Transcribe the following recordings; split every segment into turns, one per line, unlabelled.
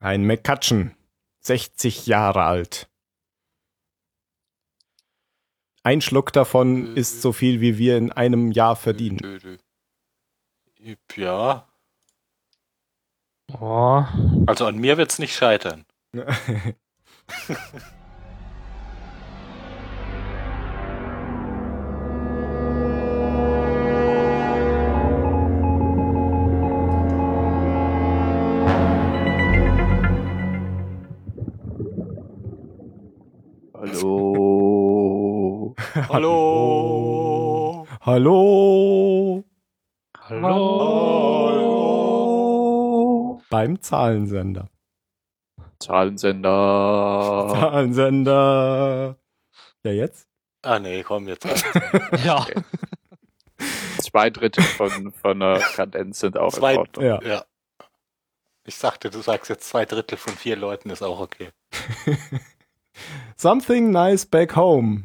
Ein McCutcheon, 60 Jahre alt. Ein Schluck davon
Äh.
ist so viel, wie wir in einem Jahr verdienen.
Dö, dö, dö. Ja,
Oh.
also an mir wird's nicht scheitern.
Hallo.
Hallo!
Hallo
Hallo.
beim Zahlensender.
Zahlensender.
Zahlensender. Ja, jetzt?
Ah nee, komm jetzt.
Ja.
Zwei Drittel von, von der Kadenz sind auch
Zwei-
in Ordnung.
Ja.
Ja. Ich sagte, du sagst jetzt zwei Drittel von vier Leuten ist auch okay.
Something Nice Back Home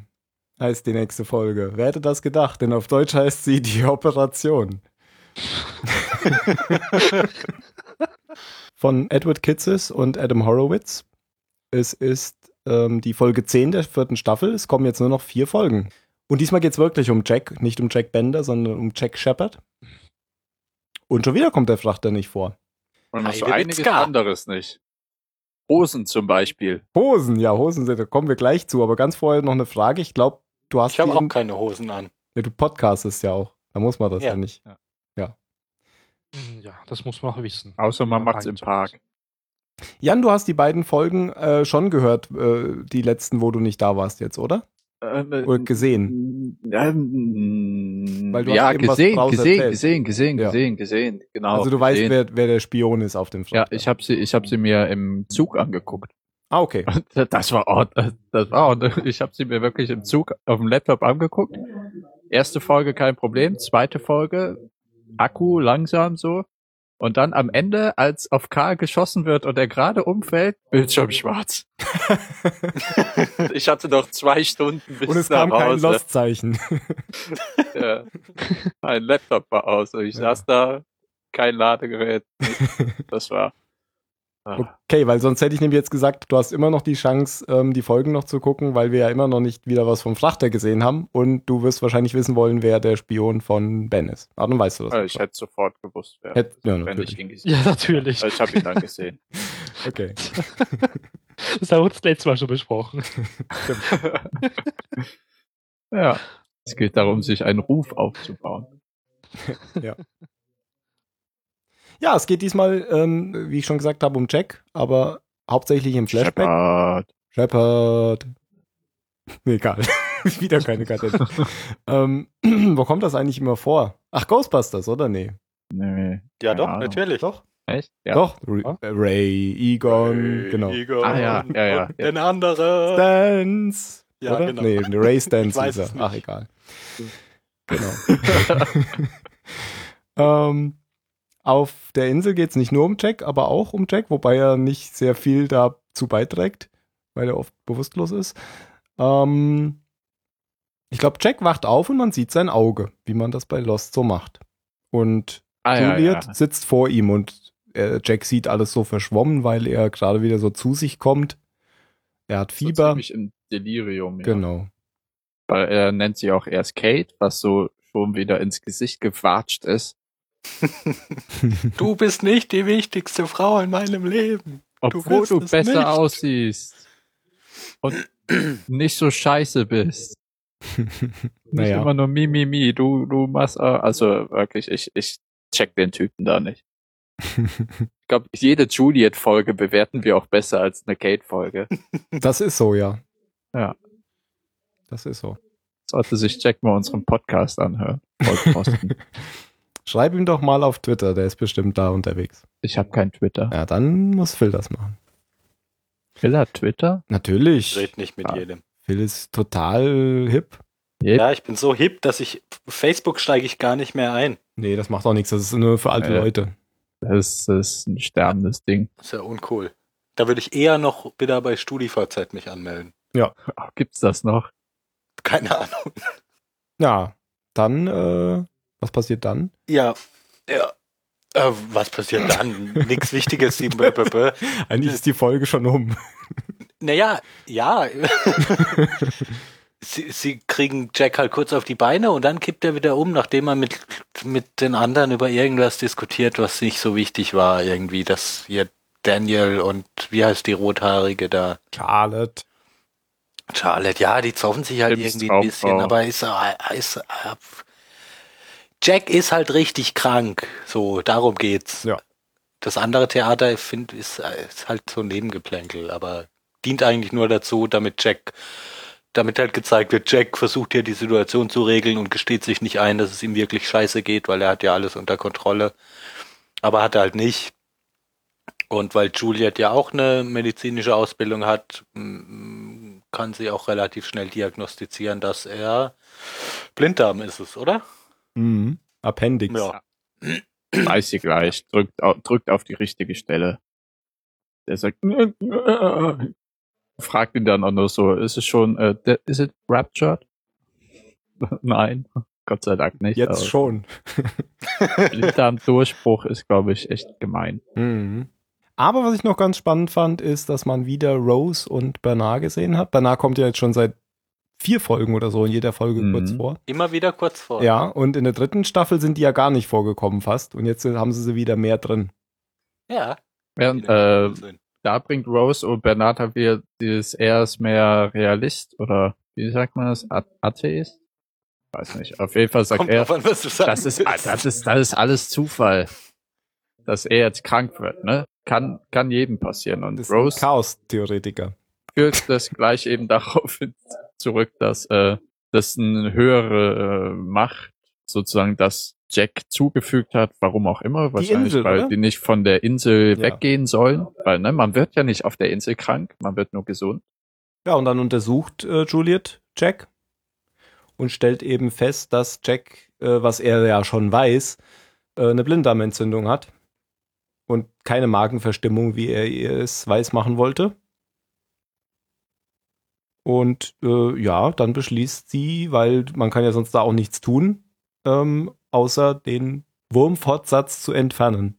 heißt die nächste Folge. Wer hätte das gedacht? Denn auf Deutsch heißt sie die Operation. Von Edward Kitzes und Adam Horowitz. Es ist ähm, die Folge 10 der vierten Staffel. Es kommen jetzt nur noch vier Folgen. Und diesmal geht es wirklich um Jack, nicht um Jack Bender, sondern um Jack Shepard. Und schon wieder kommt der Frachter nicht vor.
Und noch so
Ei, wir
einiges
Witzka.
anderes nicht. Hosen zum Beispiel.
Hosen, ja, Hosen, sind- da kommen wir gleich zu. Aber ganz vorher noch eine Frage. Ich glaube, du hast
Ich habe
die
auch
in-
keine Hosen an.
Ja, du podcastest ja auch. Da muss man das ja,
Ja.
nicht.
Ja, das muss man auch wissen.
Außer man macht's im Park.
Jan, du hast die beiden Folgen äh, schon gehört, äh, die letzten, wo du nicht da warst jetzt, oder? Oder
Ähm,
gesehen.
ähm,
Weil du
ja,
hast eben was
gesehen,
draus
gesehen,
erzählt.
gesehen, gesehen,
Ja.
gesehen, gesehen, genau.
also du weißt,
gesehen.
wer, wer der Spion ist auf dem
Ja,
Frachter.
ich habe sie, ich habe sie mir im Zug angeguckt.
Ah, okay.
Das war Ort, das war Ort. Ich habe sie mir wirklich im Zug auf dem Laptop angeguckt. Erste Folge kein Problem, zweite Folge Akku langsam so und dann am Ende, als auf Karl geschossen wird und er gerade umfällt, Bildschirm schwarz. ich hatte noch zwei Stunden bis
Und es
nach
kam kein
Hause.
Lost-Zeichen.
Ja. Mein Laptop war aus und ich
Ja.
saß da, kein Ladegerät. Das war. Ah,
Okay, weil sonst hätte ich nämlich jetzt gesagt, du hast immer noch die Chance, ähm, die Folgen noch zu gucken, weil wir ja immer noch nicht wieder was vom Frachter gesehen haben. Und du wirst wahrscheinlich wissen wollen, wer der Spion von Ben ist. Ah, dann weißt du das.
ich hätte sofort gewusst, wer,
Hätt- ja,
wenn
natürlich.
ich ihn gesehen
Ja, natürlich.
Also Ich habe ihn dann gesehen.
Okay.
Das haben wir uns letztes Mal schon besprochen.
ja. Es geht darum, sich einen Ruf aufzubauen.
Ja, es geht diesmal, ähm, wie ich schon gesagt habe, um Jack, aber hauptsächlich im Flashback.
Shepard.
Shepard. Nee, egal. Wieder keine Kadenz. ähm, wo kommt das eigentlich immer vor? Ach, Ghostbusters, oder? Nee.
Nee.
Ja
Keine
doch,
Ahnung.
natürlich.
Doch.
Echt? Ja.
Doch. Re- Ray, Egon,
Hey,
genau.
Igor
Ah, ja, ja, ja,
und
ja.
Den anderen.
Dance.
Ja,
oder?
genau.
Nee, Ray Stance
weiß
ist er.
es nicht.
Ach, egal. Genau. ähm, auf der Insel geht es nicht nur um Jack, aber auch um Jack, wobei er nicht sehr viel dazu beiträgt, weil er oft bewusstlos ist. Ähm, ich glaube, Jack wacht auf und man sieht sein Auge, wie man das bei Lost so macht. Und
Ah, ja,
Juliet
ja.
sitzt vor ihm und äh, Jack sieht alles so verschwommen, weil er gerade wieder so zu sich kommt. Er hat
So
Fieber.
ziemlich im Delirium. Ja.
Genau.
Weil er nennt sie auch erst Kate, was so schon wieder ins Gesicht gewatscht ist.
Du bist nicht die wichtigste Frau in meinem Leben.
Obwohl
willst
du,
es
besser
nicht.
aussiehst. Und nicht so scheiße bist. Nicht
naja.
immer nur mi, mi, mi. Du, du machst, äh, also wirklich, ich, ich check den Typen da nicht. Ich glaube, jede Juliet-Folge bewerten wir auch besser als eine Kate-Folge.
Das ist so, ja.
Ja.
Das ist so.
Sollte sich Jack mal unseren Podcast anhören. Vollpfosten.
Schreib ihm doch mal auf Twitter, der ist bestimmt da unterwegs.
ich habe kein Twitter.
Ja, dann muss Phil das machen.
Will er Twitter?
Ich
Natürlich.
red nicht mit
Ah.
jedem.
Phil ist total hip.
Yep.
Ja, ich bin so hip, dass ich Facebook steige ich gar nicht mehr ein.
Nee, das macht auch nichts. Das ist nur für alte
Äh.
Leute.
Das ist ein sterbendes Ding.
Ist ja uncool. Da würde ich eher noch wieder bei StudiVZ mich anmelden.
Ach, Gibt's das noch?
Keine Ahnung.
Ja. Dann, äh, was passiert dann?
Ja. Ja. Äh, was passiert dann? Nix Wichtiges. Die, b- b- b-
Eigentlich ist die Folge schon um.
naja, ja. sie, sie kriegen Jack halt kurz auf die Beine und dann kippt er wieder um, nachdem er mit, mit den anderen über irgendwas diskutiert, was nicht so wichtig war irgendwie, dass hier Daniel und wie heißt die Rothaarige da?
Charlotte.
Charlotte, ja, die zoffen sich halt
Tim's
irgendwie ein
Traumfrau.
bisschen, aber ist, ist, Jack ist halt richtig krank. So, darum geht's.
Ja.
Das andere Theater, ich finde, ist, ist halt so ein Nebengeplänkel, aber dient eigentlich nur dazu, damit Jack, damit halt gezeigt wird, Jack versucht hier die Situation zu regeln und gesteht sich nicht ein, dass es ihm wirklich scheiße geht, weil er hat ja alles unter Kontrolle. Aber hat er halt nicht. Und weil Juliet ja auch eine medizinische Ausbildung hat, m- kann sie auch relativ schnell diagnostizieren, dass er Blinddarm ist es, oder?
Mhm. Appendix.
Ja.
Weiß sie gleich. Drückt, au- drückt auf die richtige Stelle. Der sagt, fragt ihn dann auch nur so, ist es schon, äh, de- is it raptured? Nein, Gott sei Dank nicht.
Jetzt schon.
Blinddarm Durchbruch ist, glaube ich, echt gemein.
Mhm. Aber was ich noch ganz spannend fand, ist, dass man wieder Rose und Bernard gesehen hat. Bernard kommt ja jetzt schon seit vier Folgen oder so in jeder Folge
Mhm.
kurz vor.
Immer wieder kurz vor.
Ja, und in der dritten Staffel sind die ja gar nicht vorgekommen fast. Und jetzt haben sie sie wieder mehr drin.
Ja.
Während, äh, da bringt Rose und Bernard haben wir dieses, er ist mehr Realist oder wie sagt man das? A Atheist? Weiß nicht. Auf jeden Fall sagt
Kommt
er,
drauf an, was du sagen
das ist,
willst.
das ist, das ist alles Zufall. Dass er jetzt krank wird, ne? Kann, kann jedem passieren. Und
Das ist ein
Rose
Chaos-Theoretiker.
führt das gleich eben darauf hin- zurück, dass, äh, dass eine höhere äh, Macht sozusagen das Jack zugefügt hat, warum auch immer, wahrscheinlich,
Insel,
weil
oder?
die nicht von der Insel
Ja.
weggehen sollen, weil ne, man wird ja nicht auf der Insel krank, man wird nur gesund.
Ja, und dann untersucht äh, Juliet Jack und stellt eben fest, dass Jack, äh, was er ja schon weiß, äh, eine Blinddarmentzündung hat und keine Magenverstimmung, wie er ihr es weiß machen wollte. Und äh, ja, dann beschließt sie, weil man kann ja sonst da auch nichts tun, ähm, außer den Wurmfortsatz zu entfernen.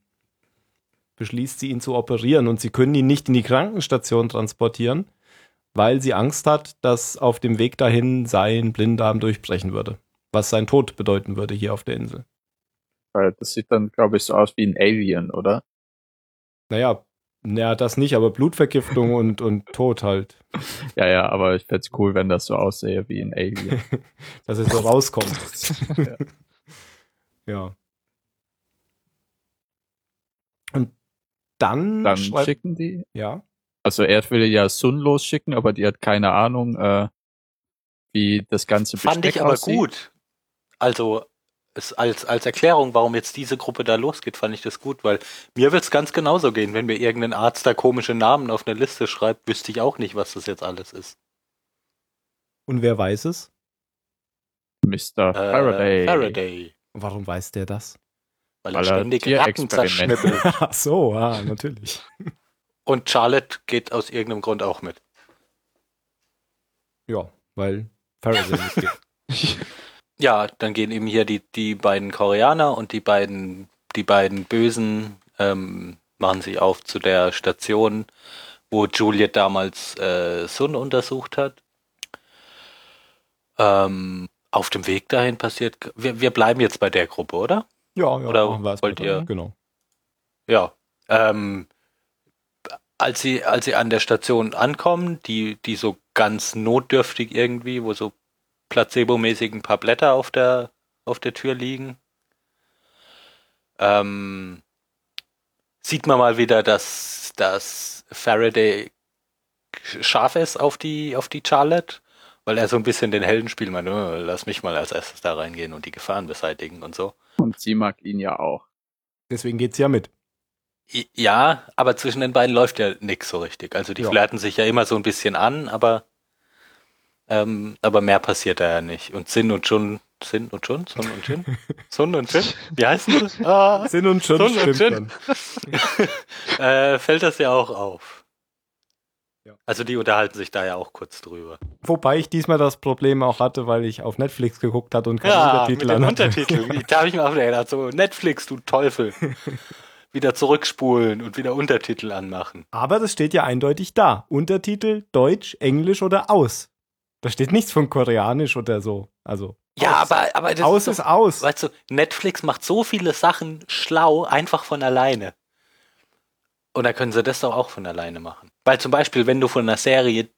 Beschließt sie, ihn zu operieren und sie können ihn nicht in die Krankenstation transportieren, weil sie Angst hat, dass auf dem Weg dahin sein Blinddarm durchbrechen würde. Was sein Tod bedeuten würde hier auf der Insel.
Weil das sieht dann, glaube ich, so aus wie ein Alien, oder?
Naja, naja, das nicht, aber Blutvergiftung und, und Tod halt.
Ja, ja, aber ich fänd's cool, wenn das so aussähe wie ein Alien.
Dass es so rauskommt. ja. Und dann,
Dann
schreibt-
schicken die
ja,
Also er will ja Sun losschicken, aber die hat keine Ahnung, äh, wie das ganze
Fand
Besteck
ich aber
aussieht.
gut. Also es, als, als Erklärung, warum jetzt diese Gruppe da losgeht, fand ich das gut, weil mir wird's ganz genauso gehen. Wenn mir irgendein Arzt da komische Namen auf eine Liste schreibt, wüsste ich auch nicht, was das jetzt alles ist.
und wer weiß es?
Mr. Faraday.
Äh, Faraday.
Warum weiß der das?
Weil,
Weil
er
er
ständig Nacken
Tierexperimente-
zerschnippelt.
Ach so, ah, natürlich.
Und Charlotte geht aus irgendeinem Grund auch mit.
Ja, weil Faraday nicht geht.
Ja, dann gehen eben hier die, die beiden Koreaner und die beiden, die beiden Bösen ähm, machen sich auf zu der Station, wo Juliet damals äh, Sun untersucht hat. Ähm, auf dem Weg dahin passiert. Wir, wir bleiben jetzt bei der Gruppe, oder?
Ja, ja,
Oder
machen wir erst
wollt
mal.
ihr-
Genau.
Ja. Ähm, als sie, als sie an der Station ankommen, die, die so ganz notdürftig irgendwie, wo so placebomäßig ein paar Blätter auf der, auf der Tür liegen, ähm, sieht man mal wieder, dass, dass Faraday scharf ist auf die, auf die Charlotte, weil er so ein bisschen den Helden spielt, meint, "Oh, lass mich mal als erstes da reingehen und die Gefahren beseitigen und so.
Und sie mag ihn ja auch.
Deswegen geht's ja mit.
I- Ja, aber zwischen den beiden läuft ja nix so richtig. Also die
Ja.
flirten sich ja immer so ein bisschen an, aber ähm, aber mehr passiert da ja nicht. Und Sin und Jun, Sin und Jun, Sun und Jun, Sun und Jun, wie heißen sie? Ah,
Sinn und Schirm
So,
stimmt
Jin.
dann.
äh, fällt das ja auch auf. Also die unterhalten sich da ja auch kurz drüber.
Wobei ich diesmal das Problem auch hatte, weil ich auf Netflix geguckt hatte und keine Untertitel
mit den
an hatte.
Untertiteln. da habe ich mir auch wieder gedacht, so Netflix, du Teufel. wieder zurückspulen und wieder Untertitel anmachen.
Aber das steht ja eindeutig da. Untertitel Deutsch, Englisch oder aus. Da steht nichts von Koreanisch oder so. Also
Ja,
aus.
aber, aber das
aus
ist
ist
doch,
aus.
weißt du, Netflix macht so viele Sachen schlau einfach von alleine. Und da können sie das doch auch von alleine machen. Weil zum Beispiel, wenn du von einer Serie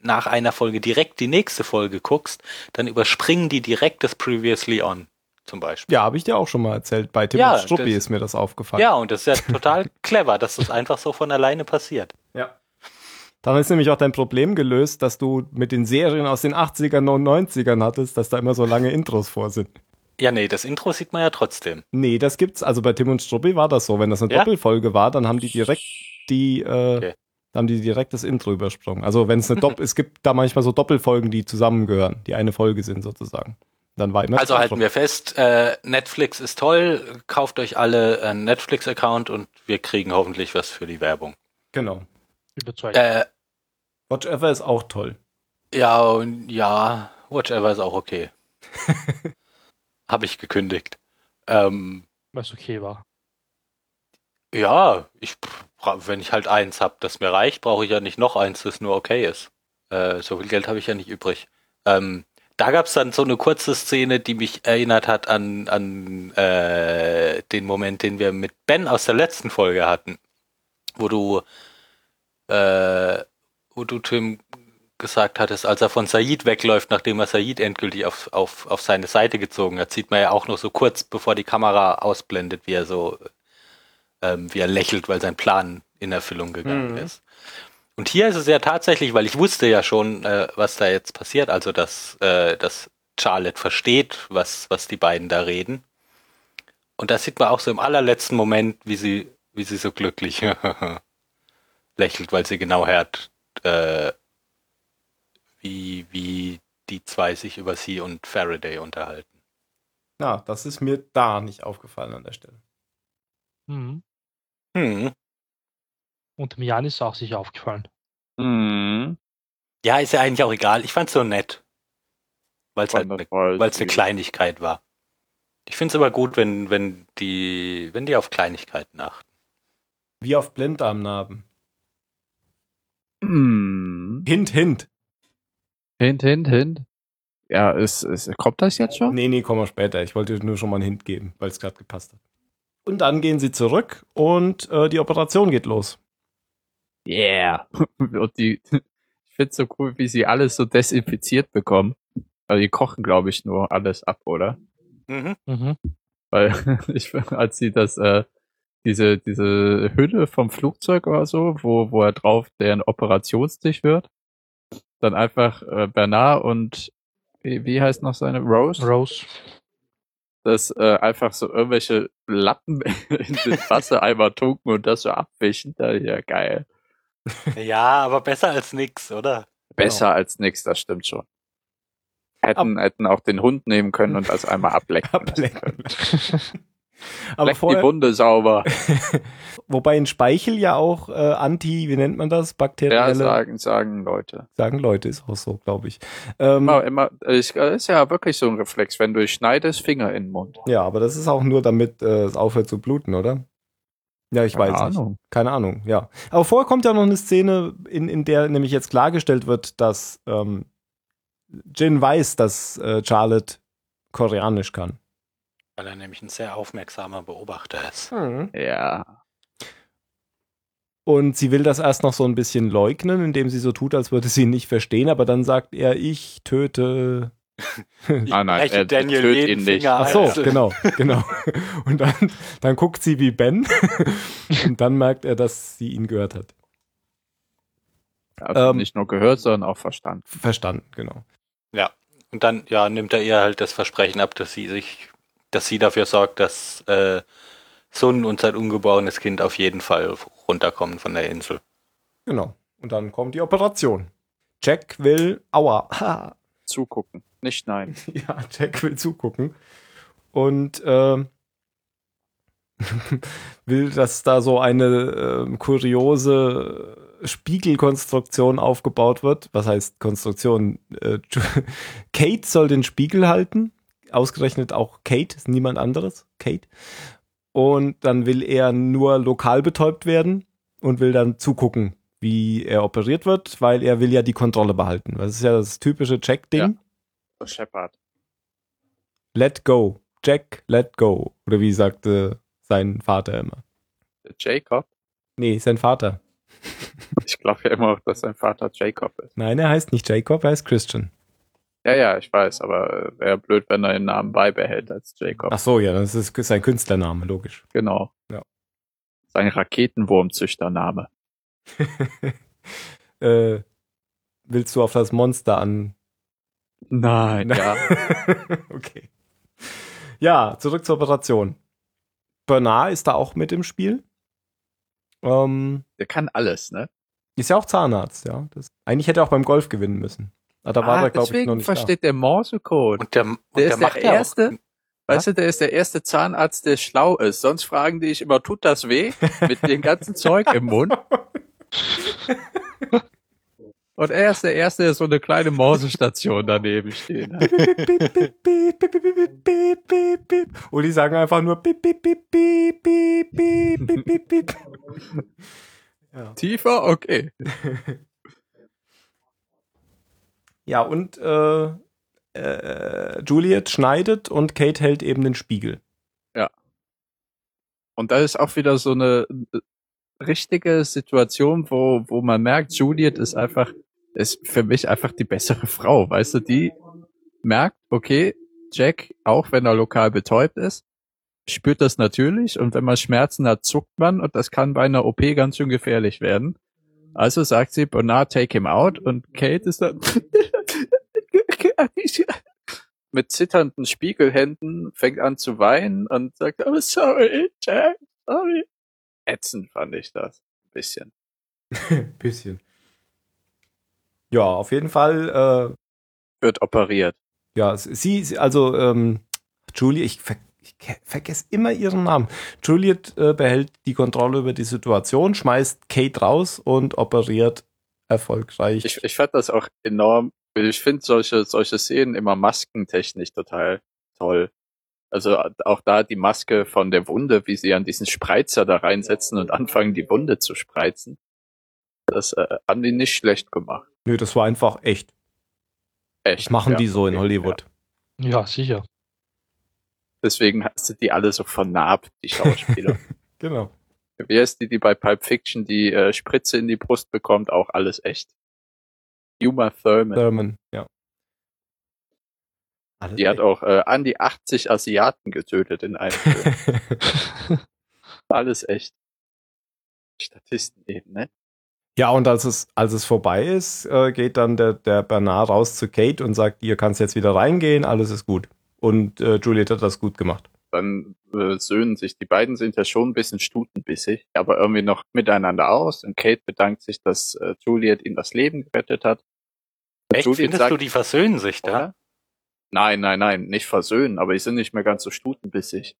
nach einer Folge direkt die nächste Folge guckst, dann überspringen die direkt das Previously On zum Beispiel.
Ja, habe ich dir auch schon mal erzählt. Bei Tim
Ja,
und Struppi
das-
ist mir das aufgefallen.
Ja, und das ist ja total clever, dass das einfach so von alleine passiert.
Dann ist nämlich auch dein Problem gelöst, dass du mit den Serien aus den 80ern und 90ern hattest, dass da immer so lange Intros vor sind.
Ja, nee, das Intro sieht man ja trotzdem.
Nee, das gibt's. Also bei Tim und Struppi war das so. Wenn das eine
Ja?
Doppelfolge war, dann haben die direkt die, äh,
Okay.
dann haben die direkt das Intro übersprungen. Also wenn es eine Doppel, es gibt da manchmal so Doppelfolgen, die zusammengehören, die eine Folge sind sozusagen. Dann war immer
Also
das
halten
Intro.
wir fest, äh, Netflix ist toll, kauft euch alle einen Netflix-Account und wir kriegen hoffentlich was für die Werbung.
Genau.
Überzeugt.
Äh,
Watch Ever ist auch toll.
ja, und ja, whatever ist auch okay. Habe ich gekündigt. Ähm,
Was okay war.
ja, ich, bra- wenn ich halt eins habe, das mir reicht, brauche ich ja nicht noch eins, das nur okay ist. Äh, so viel Geld habe ich ja nicht übrig. Ähm, da gab es dann so eine kurze Szene, die mich erinnert hat an, an äh, den Moment, den wir mit Ben aus der letzten Folge hatten, wo du, äh, wo du Tim gesagt hattest, als er von Said wegläuft, nachdem er Said endgültig auf, auf, auf seine Seite gezogen hat, sieht man ja auch noch so kurz, bevor die Kamera ausblendet, wie er so, ähm, wie er lächelt, weil sein Plan in Erfüllung gegangen
Mhm.
ist. Und hier ist es ja tatsächlich, weil ich wusste ja schon, äh, was da jetzt passiert, also dass, äh, dass Charlotte versteht, was, was die beiden da reden. Und das sieht man auch so im allerletzten Moment, wie sie, wie sie so glücklich lächelt, weil sie genau hört, äh, wie, wie die zwei sich über sie und Faraday unterhalten.
Na, das ist mir da nicht aufgefallen an der Stelle.
Mhm.
Hm.
Und dem Jan ist auch sicher aufgefallen.
Mhm.
Ja, ist ja eigentlich auch egal. Ich fand's so nett. Weil es halt eine
Wonderful.
weil es eine Kleinigkeit war. Ich finde es immer gut, wenn, wenn, die, wenn die auf Kleinigkeiten achten.
Wie auf Blinddarmnarben.
Mhm.
Hint, hint.
Hint, hint, hint. Ja, ist, ist, kommt das jetzt schon?
Nee, nee, kommen wir später. Ich wollte nur schon mal einen Hint geben, weil es gerade gepasst hat. Und dann gehen sie zurück und äh, die Operation geht los.
Yeah. Und die, ich find's so cool, wie sie alles so desinfiziert bekommen. Also die kochen, glaube ich, nur alles ab, oder?
Mhm.
Weil ich, als sie das, äh, diese, diese Hülle vom Flugzeug oder so, wo, wo er drauf deren Operationstisch wird, dann einfach äh, Bernard und wie, wie heißt noch seine Rose?
Rose.
dass äh, einfach so irgendwelche Lappen in den Wassereimer tunken und das so abwischen. Da ja geil.
Ja, aber besser als nix, oder?
Genau.
Besser als nix, das stimmt schon. Hätten, hätten auch den Hund nehmen können und das einmal ablecken.
Ablecken. Aber
Leck die
vorher,
Wunde sauber.
wobei in Speichel ja auch äh, anti, wie nennt man das,
Ja,
bakterielle,
sagen, sagen Leute.
sagen Leute, ist auch so, glaube ich. Ähm,
Immer, immer, ich, das ist ja wirklich so ein Reflex. Wenn du schneidest, Finger in den Mund.
ja, aber das ist auch nur, damit äh, es aufhört zu bluten, oder? Ja, ich weiß nicht. Keine Ahnung, ja. Aber vorher kommt ja noch eine Szene, in, in der nämlich jetzt klargestellt wird, dass ähm, Jin weiß, dass äh, Charlotte Koreanisch kann.
Weil er nämlich ein sehr aufmerksamer Beobachter ist.
Mhm. Ja.
Und sie will das erst noch so ein bisschen leugnen, indem sie so tut, als würde sie ihn nicht verstehen, aber dann sagt er, ich töte.
Ich
Ah, nein,
breche
er tötet ihn nicht.
Ach so,
einzeln.
genau, genau. Und dann, dann guckt sie wie Ben und dann merkt er, dass sie ihn gehört hat.
Also
Ähm.
nicht nur gehört, sondern auch verstanden.
Verstanden, genau.
Und dann, ja, nimmt er ihr halt das Versprechen ab, dass sie sich, dass sie dafür sorgt, dass äh, Sun und sein ungeborenes Kind auf jeden Fall runterkommen von der Insel.
Genau. Und dann kommt die Operation. Jack will, aua, ha,
Zugucken. Nicht nein.
Ja, Jack will zugucken und ähm, will, dass da so eine ähm, kuriose Spiegelkonstruktion aufgebaut wird. Was heißt Konstruktion? Äh, Kate soll den Spiegel halten. Ausgerechnet auch Kate, ist niemand anderes. Kate. Und dann will er nur lokal betäubt werden und will dann zugucken, wie er operiert wird, weil er will ja die Kontrolle behalten. Das ist ja das typische Jack-Ding.
Ja. Shepard.
Let go. Jack, let go. Oder wie sagte sein Vater immer.
Jacob?
Nee, sein Vater.
Ich glaube ja immer, dass sein Vater Jacob ist.
Nein, er heißt nicht Jacob, er heißt Christian.
Ja, ja, ich weiß, aber wäre blöd, wenn er den Namen beibehält als Jacob.
Ach so, ja, das ist sein Künstlername, logisch.
Genau.
Ja.
Sein Raketenwurmzüchtername.
äh, willst du auf das Monster an?
Nein, ja.
okay. Ja, zurück zur Operation. Bernard ist da auch mit im Spiel. Ähm,
Der kann alles, ne?
ist ja auch Zahnarzt, ja. Das, eigentlich hätte er auch beim Golf gewinnen müssen. Ah, da war
Ah,
er, glaube ich,
deswegen
noch nicht
versteht der Morsecode.
Und der, und
Der ist
macht
der
ja auch-
Erste. Weißt du, der ist der erste Zahnarzt, der schlau ist. Sonst fragen die ich immer, tut das weh? Mit dem ganzen Zeug im Mund. Und er ist der erste, der so eine kleine Morsestation daneben stehen hat.
da. Und die sagen einfach nur bip, bip, bip, bip, bip, bip, bip, bip, bip. Ja.
Tiefer? Okay.
ja, und äh, äh, Juliet schneidet und Kate hält eben den Spiegel.
Und da ist auch wieder so eine äh, richtige Situation, wo, wo man merkt, Juliet ist einfach, ist für mich einfach die bessere Frau. Weißt du, die merkt, okay, Jack, auch wenn er lokal betäubt ist, spürt das natürlich und wenn man Schmerzen hat, zuckt man und das kann bei einer OP ganz schön gefährlich werden. Also sagt sie, Bernard, take him out und Kate ist dann mit zitternden Spiegelhänden fängt an zu weinen und sagt, I'm sorry, Jack, sorry. Ätzend fand ich das. Ein bisschen.
Bisschen. Ja, auf jeden Fall äh,
Wird operiert.
Ja, sie, sie also ähm, Juliet, ich, ver ich ke- vergesse immer ihren Namen. Juliet äh, behält die Kontrolle über die Situation, schmeißt Kate raus und operiert erfolgreich.
Ich, ich fand das auch enorm. Ich finde solche, solche Szenen immer maskentechnisch total toll. Also auch da die Maske von der Wunde, wie sie an diesen Spreizer da reinsetzen und anfangen, die Wunde zu spreizen. Das äh, haben die nicht schlecht gemacht.
Nö, das war einfach echt.
Echt.
Das machen
ja.
die so in
okay,
Hollywood.
Ja, sicher.
Deswegen sind die alle so vernarbt, die Schauspieler.
Genau.
Wer ist die, die bei Pulp Fiction die äh, Spritze in die Brust bekommt? Auch alles echt. Uma Thurman.
Thurman, ja. Alles
Die hat auch äh, an die 80 Asiaten getötet in einem Film. alles echt. Statisten eben, ne?
Ja, und als es, als es vorbei ist, äh, geht dann der, der Bernard raus zu Kate und sagt, ihr kannst jetzt wieder reingehen, alles ist gut. Und äh, Juliet hat das gut gemacht.
Dann äh, söhnen sich. Die beiden sind ja schon ein bisschen stutenbissig, aber irgendwie noch miteinander aus. Und Kate bedankt sich, dass äh, Juliet ihm das Leben gerettet hat. Und
Echt, findest du, die versöhnen sich da?
oder? Nein, nein, nein, nicht versöhnen, aber die sind nicht mehr ganz so stutenbissig.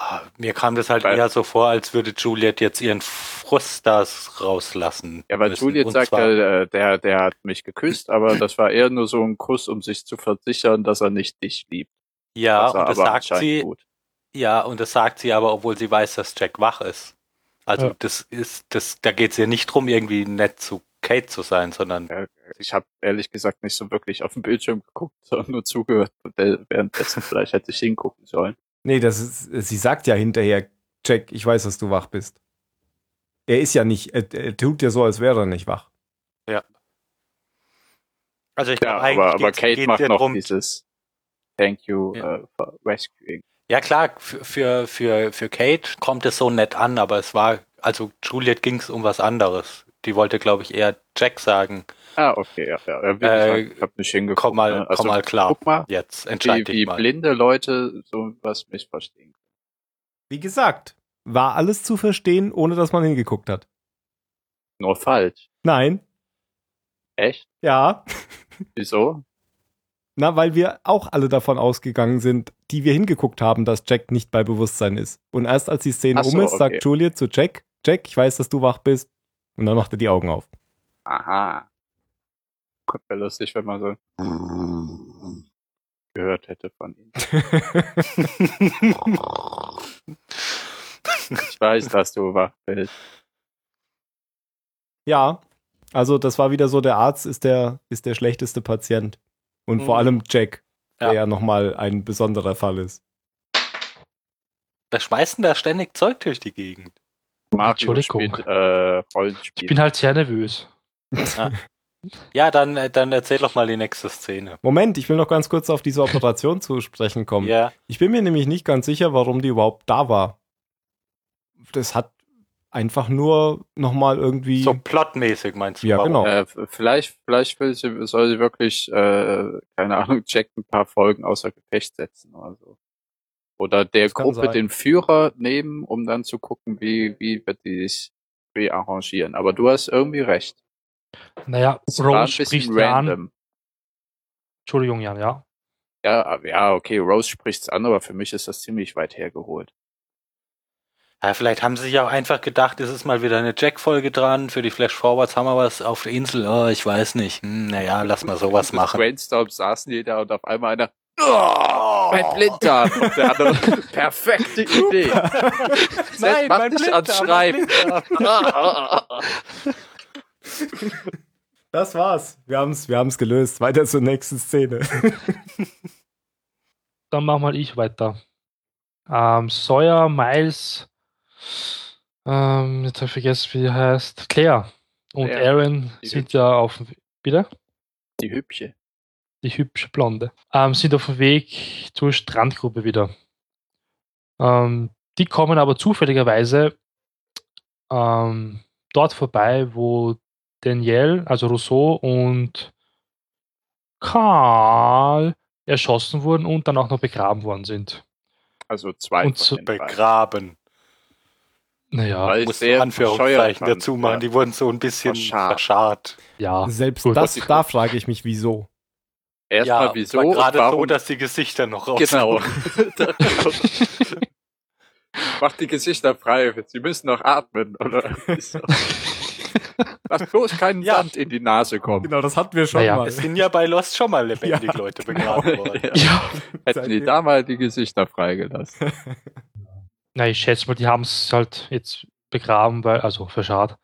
Ah, Mir kam das halt
Weil-
eher so vor, als würde Juliet jetzt ihren Frust da rauslassen.
Ja, weil
müssen.
Juliet
Und
sagt,
zwar-
der, der, der hat mich geküsst, aber das war eher nur so ein Kuss, um sich zu versichern, dass er nicht dich liebt.
ja,
er
und das
also aber
sagt
anscheinend
sie,
Gut.
ja, und das sagt sie aber, obwohl sie weiß, dass Jack wach ist. Also,
Ja.
das ist, das, da geht's ihr nicht drum, irgendwie nett zu Kate zu sein, sondern
Ich habe ehrlich gesagt nicht so wirklich auf den Bildschirm geguckt, sondern nur zugehört. Und der- Währenddessen vielleicht hätte ich hingucken sollen.
Nee, das ist, sie sagt ja hinterher, Jack, ich weiß, dass du wach bist. Er ist ja nicht, er, er tut ja so, als wäre er nicht wach.
also ich
Ja,
glaube eigentlich
aber, aber
geht's-
Kate
geht's
macht
ihr
noch
drum,
dieses Thank you
Ja.
äh, for rescuing.
Ja klar, für, für, für, für Kate kommt es so nett an, aber es war, also Juliet ging es um was anderes. Die wollte, glaube ich, eher Jack sagen,
Ah, okay, ja, ja. ja, Wie
Äh,
gesagt, ich habe nicht hingeguckt.
komm mal,
ne? Also,
komm mal klar,
Guck mal,
jetzt
wie,
entscheid
wie
dich mal.
blinde Leute sowas missverstehen.
Wie gesagt, war alles zu verstehen, ohne dass man hingeguckt hat.
Nur falsch.
Nein,
Echt?
ja,
Wieso?
na, weil wir auch alle davon ausgegangen sind, die wir hingeguckt haben, dass Jack nicht bei Bewusstsein ist. Und erst als die Szene
Ach so,
um ist,
okay.
sagt Juliet zu Jack, Jack, ich weiß, dass du wach bist, Und dann macht er die Augen auf.
Aha. Gott, wäre lustig, wenn man so gehört hätte von ihm. ich weiß, dass du wach bist.
Ja, also das war wieder so, der Arzt ist der, ist der schlechteste Patient. Und vor
Mhm.
allem Jack, der
Ja.
ja nochmal ein besonderer Fall ist.
Da schmeißen da ständig Zeug durch die Gegend.
Mario
Entschuldigung.
spielt äh,
Ich
Rollenspiel.
bin halt sehr nervös.
Ja, dann, äh, dann erzähl doch mal die nächste Szene.
Moment, ich will noch ganz kurz auf diese Operation zu sprechen kommen.
Ja,
Ich bin mir nämlich nicht ganz sicher, warum die überhaupt da war. Das hat einfach nur nochmal irgendwie.
so plotmäßig meinst du.
ja,
warum?
genau.
äh, f- vielleicht, vielleicht will sie, soll sie wirklich, äh, keine Ahnung, Jack ein paar Folgen außer Gefecht setzen oder so. Oder der
Das kann
Gruppe
sein.
den Führer nehmen, um dann zu gucken, wie, wie wird die sich rearrangieren. Aber du hast irgendwie recht.
Naja,
Es war ein
Rose
bisschen
spricht ja an.
random.
Entschuldigung, Jan, ja.
Ja, aber- ja, okay, Rose spricht's an, aber für mich ist das ziemlich weit hergeholt.
Ja, vielleicht haben sie sich auch einfach gedacht, es ist mal wieder eine Jack-Folge dran. Für die Flash-Forwards haben wir was auf der Insel. Oh, ich weiß nicht. Hm, naja, lass mal sowas
Im
machen.
Brainstorm saßen die da und auf einmal einer, oh, mein Blinddarm. Und der andere, perfekte Idee. Setz- mach dich ans Schreiben.
Das war's. Wir haben's, wir haben's gelöst. Weiter zur nächsten Szene.
Dann mach mal ich weiter. Ähm, Sawyer, Miles, ähm, jetzt habe ich vergessen, wie die heißt. Claire und
Claire.
Aaron
Die
sind ja auf dem Wieder?
Die Hübsche.
die hübsche Blonde, ähm, sind auf dem Weg zur Strandgruppe wieder. Ähm, die kommen aber zufälligerweise ähm, dort vorbei, wo Danielle, also Rousseau und Karl erschossen wurden und dann auch noch begraben worden sind.
Also zwei
Und zu
von den beiden.
Begraben.
Naja,
Weil
Muss
sehr bescheuert
Anführungszeichen
fand,
dazu machen.
ja.
Die wurden so ein bisschen
Verscharrt.
verscharrt.
ja.
Selbst
Ah, Gut.
das, da frage ich mich, wieso.
Erstmal
ja,
wieso
es war
und
gerade so,
warum
dass die Gesichter noch raus.
Genau. Mach die Gesichter frei. Sie müssen noch atmen, oder? Lass bloß keinen
Ja.
Sand in die Nase kommen.
Genau, das hatten wir schon
Naja.
mal.
Es sind ja bei Lost schon mal lebendig Leute begraben worden.
ja.
Hätten die da mal die Gesichter freigelassen.
Na, ich schätze mal, die haben es halt jetzt begraben, weil, also verscharrt,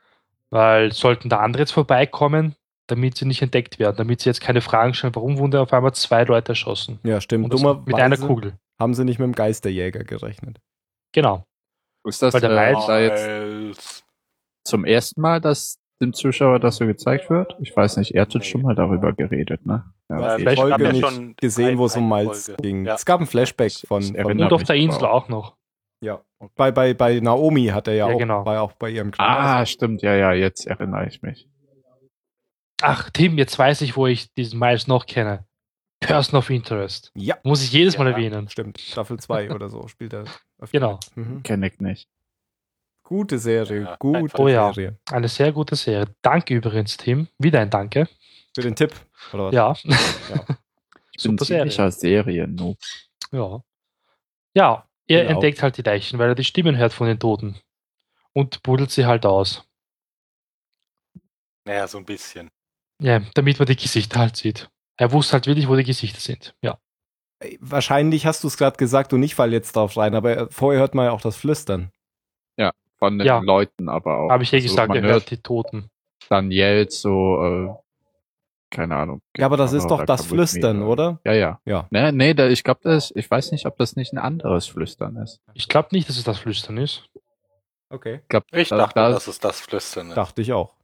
weil sollten da andere jetzt vorbeikommen, damit sie nicht entdeckt werden, damit sie jetzt keine Fragen stellen, warum wurden da auf einmal zwei Leute erschossen?
Ja, stimmt.
Und das mit einer
Dummerweise
Kugel.
haben sie nicht mit dem Geisterjäger gerechnet.
Genau.
Ist das
Weil der
äh,
Miles-
da jetzt
Als-
zum ersten Mal, dass dem Zuschauer das so gezeigt wird? Ich weiß nicht, er hat
Nee.
jetzt schon mal darüber geredet, ne?
Ja,
Ähm,
die
ich hab
Folge
ja
nicht
schon
gesehen, wo es um
eine
Miles
Folge.
ging.
Ja.
Es gab ein Flashback
Ich- ich
von,
erinnere
von
Und
Ja,
auf der
mich
Insel
aber
auch noch.
bei, bei, bei Naomi hat er ja,
Ja,
auch,
genau.
war ja auch bei ihrem
Ah,
Krankenhaus.
stimmt, ja, ja, jetzt erinnere ich mich.
Ach, Tim, jetzt weiß ich, wo ich diesen Miles noch kenne. Person of Interest.
Ja,
Muss ich jedes Mal
Ja.
erwähnen.
stimmt. Staffel 2 oder so spielt er. öfter.
Genau.
Mhm.
Kenne ich nicht.
Gute Serie,
Ja,
gute
einfach.
Oh ja.
Serie.
Eine sehr gute Serie. Danke übrigens, Tim. Wieder ein Danke.
Für den Tipp, oder was?
Ja.
Ich bin
Super
ein
Serie.
ziemlicher serien -Noob.
Ja. Ja, er
Genau.
entdeckt halt die Leichen, weil er die Stimmen hört von den Toten. Und buddelt sie halt aus.
Naja, so ein bisschen.
Ja, damit man die Gesichter halt sieht. Er wusste halt wirklich, wo die Gesichter sind. Ja.
Ey, Äh, Wahrscheinlich hast du es gerade gesagt und ich fall jetzt drauf rein, aber äh, vorher hört man ja auch das Flüstern.
von den
Ja.
Leuten aber auch.
Habe ich ja gesagt,
also man
er
hört
hört die Toten.
Daniel so, äh, keine Ahnung.
Ja, aber das
Kamera
ist doch
oder
das
Kabuki
Flüstern, oder?
Ja, ja.
Ja.
Nee, nee, da, ich glaube, das, ich weiß nicht, ob das nicht ein anderes Flüstern ist.
Ich glaube nicht, dass es das Flüstern ist.
Okay.
Ich glaube,
Ich
da,
dachte,
da,
das ist das Flüstern. ist.
Dachte ich auch.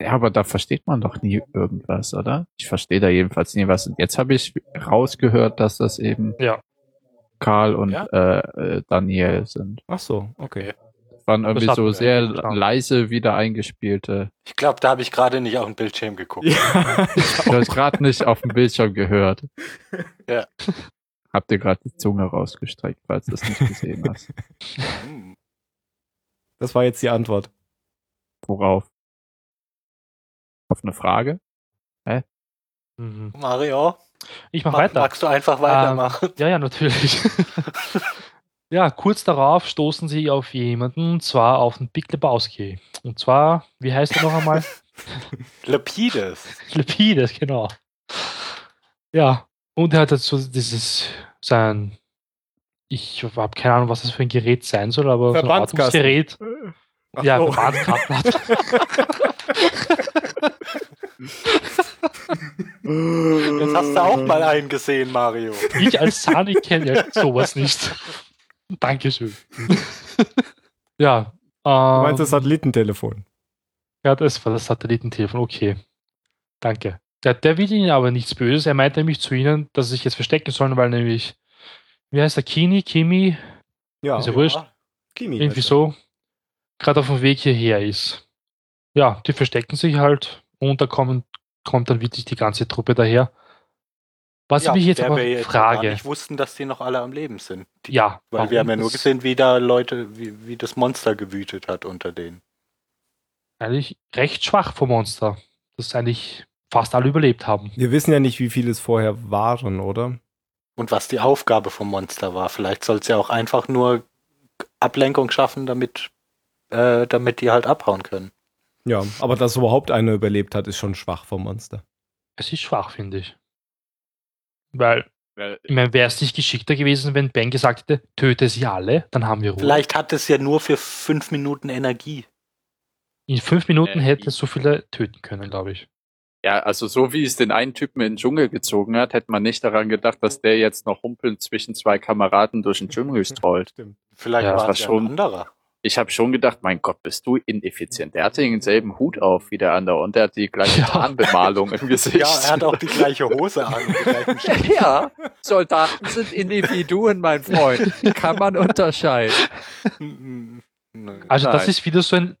Ja, aber da versteht man doch nie irgendwas, oder? Ich verstehe da jedenfalls nie was. Und jetzt habe ich rausgehört, dass das eben
Ja.
Karl und
Ja.
äh, äh, Daniel sind.
Ach so, okay.
Waren irgendwie
hatten
so
wir
sehr
ja, klar.
leise wieder eingespielte.
Ich glaube, da habe ich gerade nicht auf den Bildschirm geguckt.
Ja.
Ich habe gerade nicht auf dem Bildschirm gehört.
Ja.
Habt ihr gerade die Zunge rausgestreckt, falls du es nicht gesehen hast.
Hm.
Das war jetzt die Antwort.
Worauf? Auf eine Frage?
Mhm.
Mario,
Ich mache
mag,
weiter.
magst du einfach weitermachen?
Ja, ja, natürlich. Ja, kurz darauf stoßen sie auf jemanden, und zwar auf den Big Lebowski. Und zwar, wie heißt er noch einmal? Ähm.
Lapides.
Lapides, genau. Ja, und er hat dazu dieses, sein, ich habe keine Ahnung, was das für ein Gerät sein soll, aber so ein
Verbandskasten.
Atmungsgerät.
Ach
ja, Also
so.
Verbandskasten hat
Jetzt hast du auch mal einen gesehen, Mario.
ich als Sonic kenne ja sowas nicht. Dankeschön. ja.
Du
Ähm,
meinst das Satellitentelefon?
Ja, das war das Satellitentelefon. Okay. Danke. Der, der will ihnen aber nichts Böses. Er meint nämlich zu ihnen, dass sie sich jetzt verstecken sollen, weil nämlich, wie heißt der, Kini, Kimi,
Ja,
Ist ja wurscht.
Kimi.
irgendwie
heißt
so, gerade auf dem Weg hierher ist. Ja, die verstecken sich halt und da kommen, kommt dann wirklich die ganze Truppe daher. Was ich mich jetzt
wer
aber
wir jetzt noch gar
frage,
nicht wussten, dass die noch alle am Leben sind. Die,
ja,
Weil wir
warum
haben ja nur
das-
gesehen, wie da Leute, wie, wie das Monster gewütet hat unter denen.
eigentlich recht schwach vom Monster, dass eigentlich fast alle überlebt haben.
er. Wir wissen ja nicht, wie viele es vorher waren, oder?
Und was die Aufgabe vom Monster war. Vielleicht soll es ja auch einfach nur Ablenkung schaffen, damit, äh, damit die halt abhauen können.
Ja, aber dass überhaupt einer überlebt hat, ist schon schwach vom Monster.
Es ist schwach, finde ich. Weil,
Weil-
ich meine, wäre es nicht geschickter gewesen, wenn Ben gesagt hätte, töte sie alle, dann haben wir Ruhe.
Vielleicht hat es ja nur für fünf Minuten Energie.
In fünf Minuten
Äh,
hätte
ich-
es so viele töten können, glaube ich.
Ja, also so wie es den einen Typen in den Dschungel gezogen hat, hätte man nicht daran gedacht, dass der jetzt noch humpelnd zwischen zwei Kameraden durch den Dschungel strollt.
Stimmt.
Vielleicht
Ja,
war
das
es ja
schon.
ein anderer.
Ich habe schon gedacht, mein Gott, bist du ineffizient. Der hatte denselben Hut auf wie der andere und der hat die gleiche
Ja.
Tarnbemalung im Gesicht.
Ja, er hat auch die gleiche Hose an. die gleichen Stiefel.
Ja, Soldaten sind Individuen, mein Freund. Kann man unterscheiden.
Hm, Nö.
Also, das
Nein.
ist wieder so ein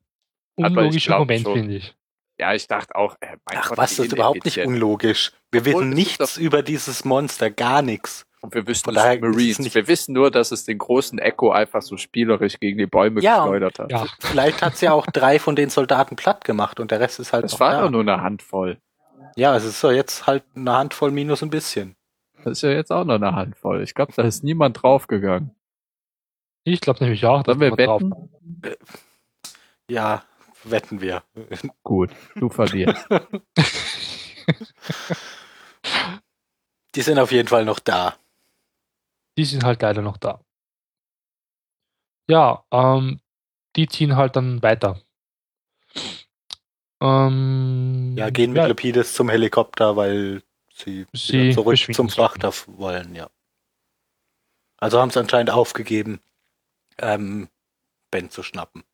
Aber ich
unlogischer
glaub
Moment,
schon.
finde ich.
Ja, ich dachte auch, äh, mein
Ach
Gott,
was,
wie
das ist überhaupt nicht
ineffizient.
unlogisch. Wir
Obwohl,
wissen
es ist
nichts über dieses Monster, gar nichts.
Und wir wissen
Von
es
daher
sind
ist es
Marines.
nicht-
wir wissen nur, dass es den großen Echo einfach so spielerisch gegen die Bäume
Ja,
geschleudert hat.
Ja,
Vielleicht hat's ja auch drei von den Soldaten platt gemacht und der Rest ist halt
Das
noch
war
da.
doch nur eine Handvoll.
Ja, es ist so jetzt halt eine Handvoll minus ein bisschen.
Das ist ja jetzt auch noch eine Handvoll. Ich glaube, da ist niemand draufgegangen.
ich glaube nämlich auch, dass
Sollen wir
man drauf-
wetten?
Ja, wetten wir.
Gut, du verlierst.
Die sind auf jeden Fall noch da.
die sind halt leider noch da. Ja, ähm, die ziehen halt dann weiter. Ähm,
Ja, gehen mit Lepides zum Helikopter, weil sie,
Sie
wieder zurück
verschwinden
zum
sollten.
Frachter f- wollen, ja. Also haben sie anscheinend aufgegeben, ähm, Ben zu schnappen.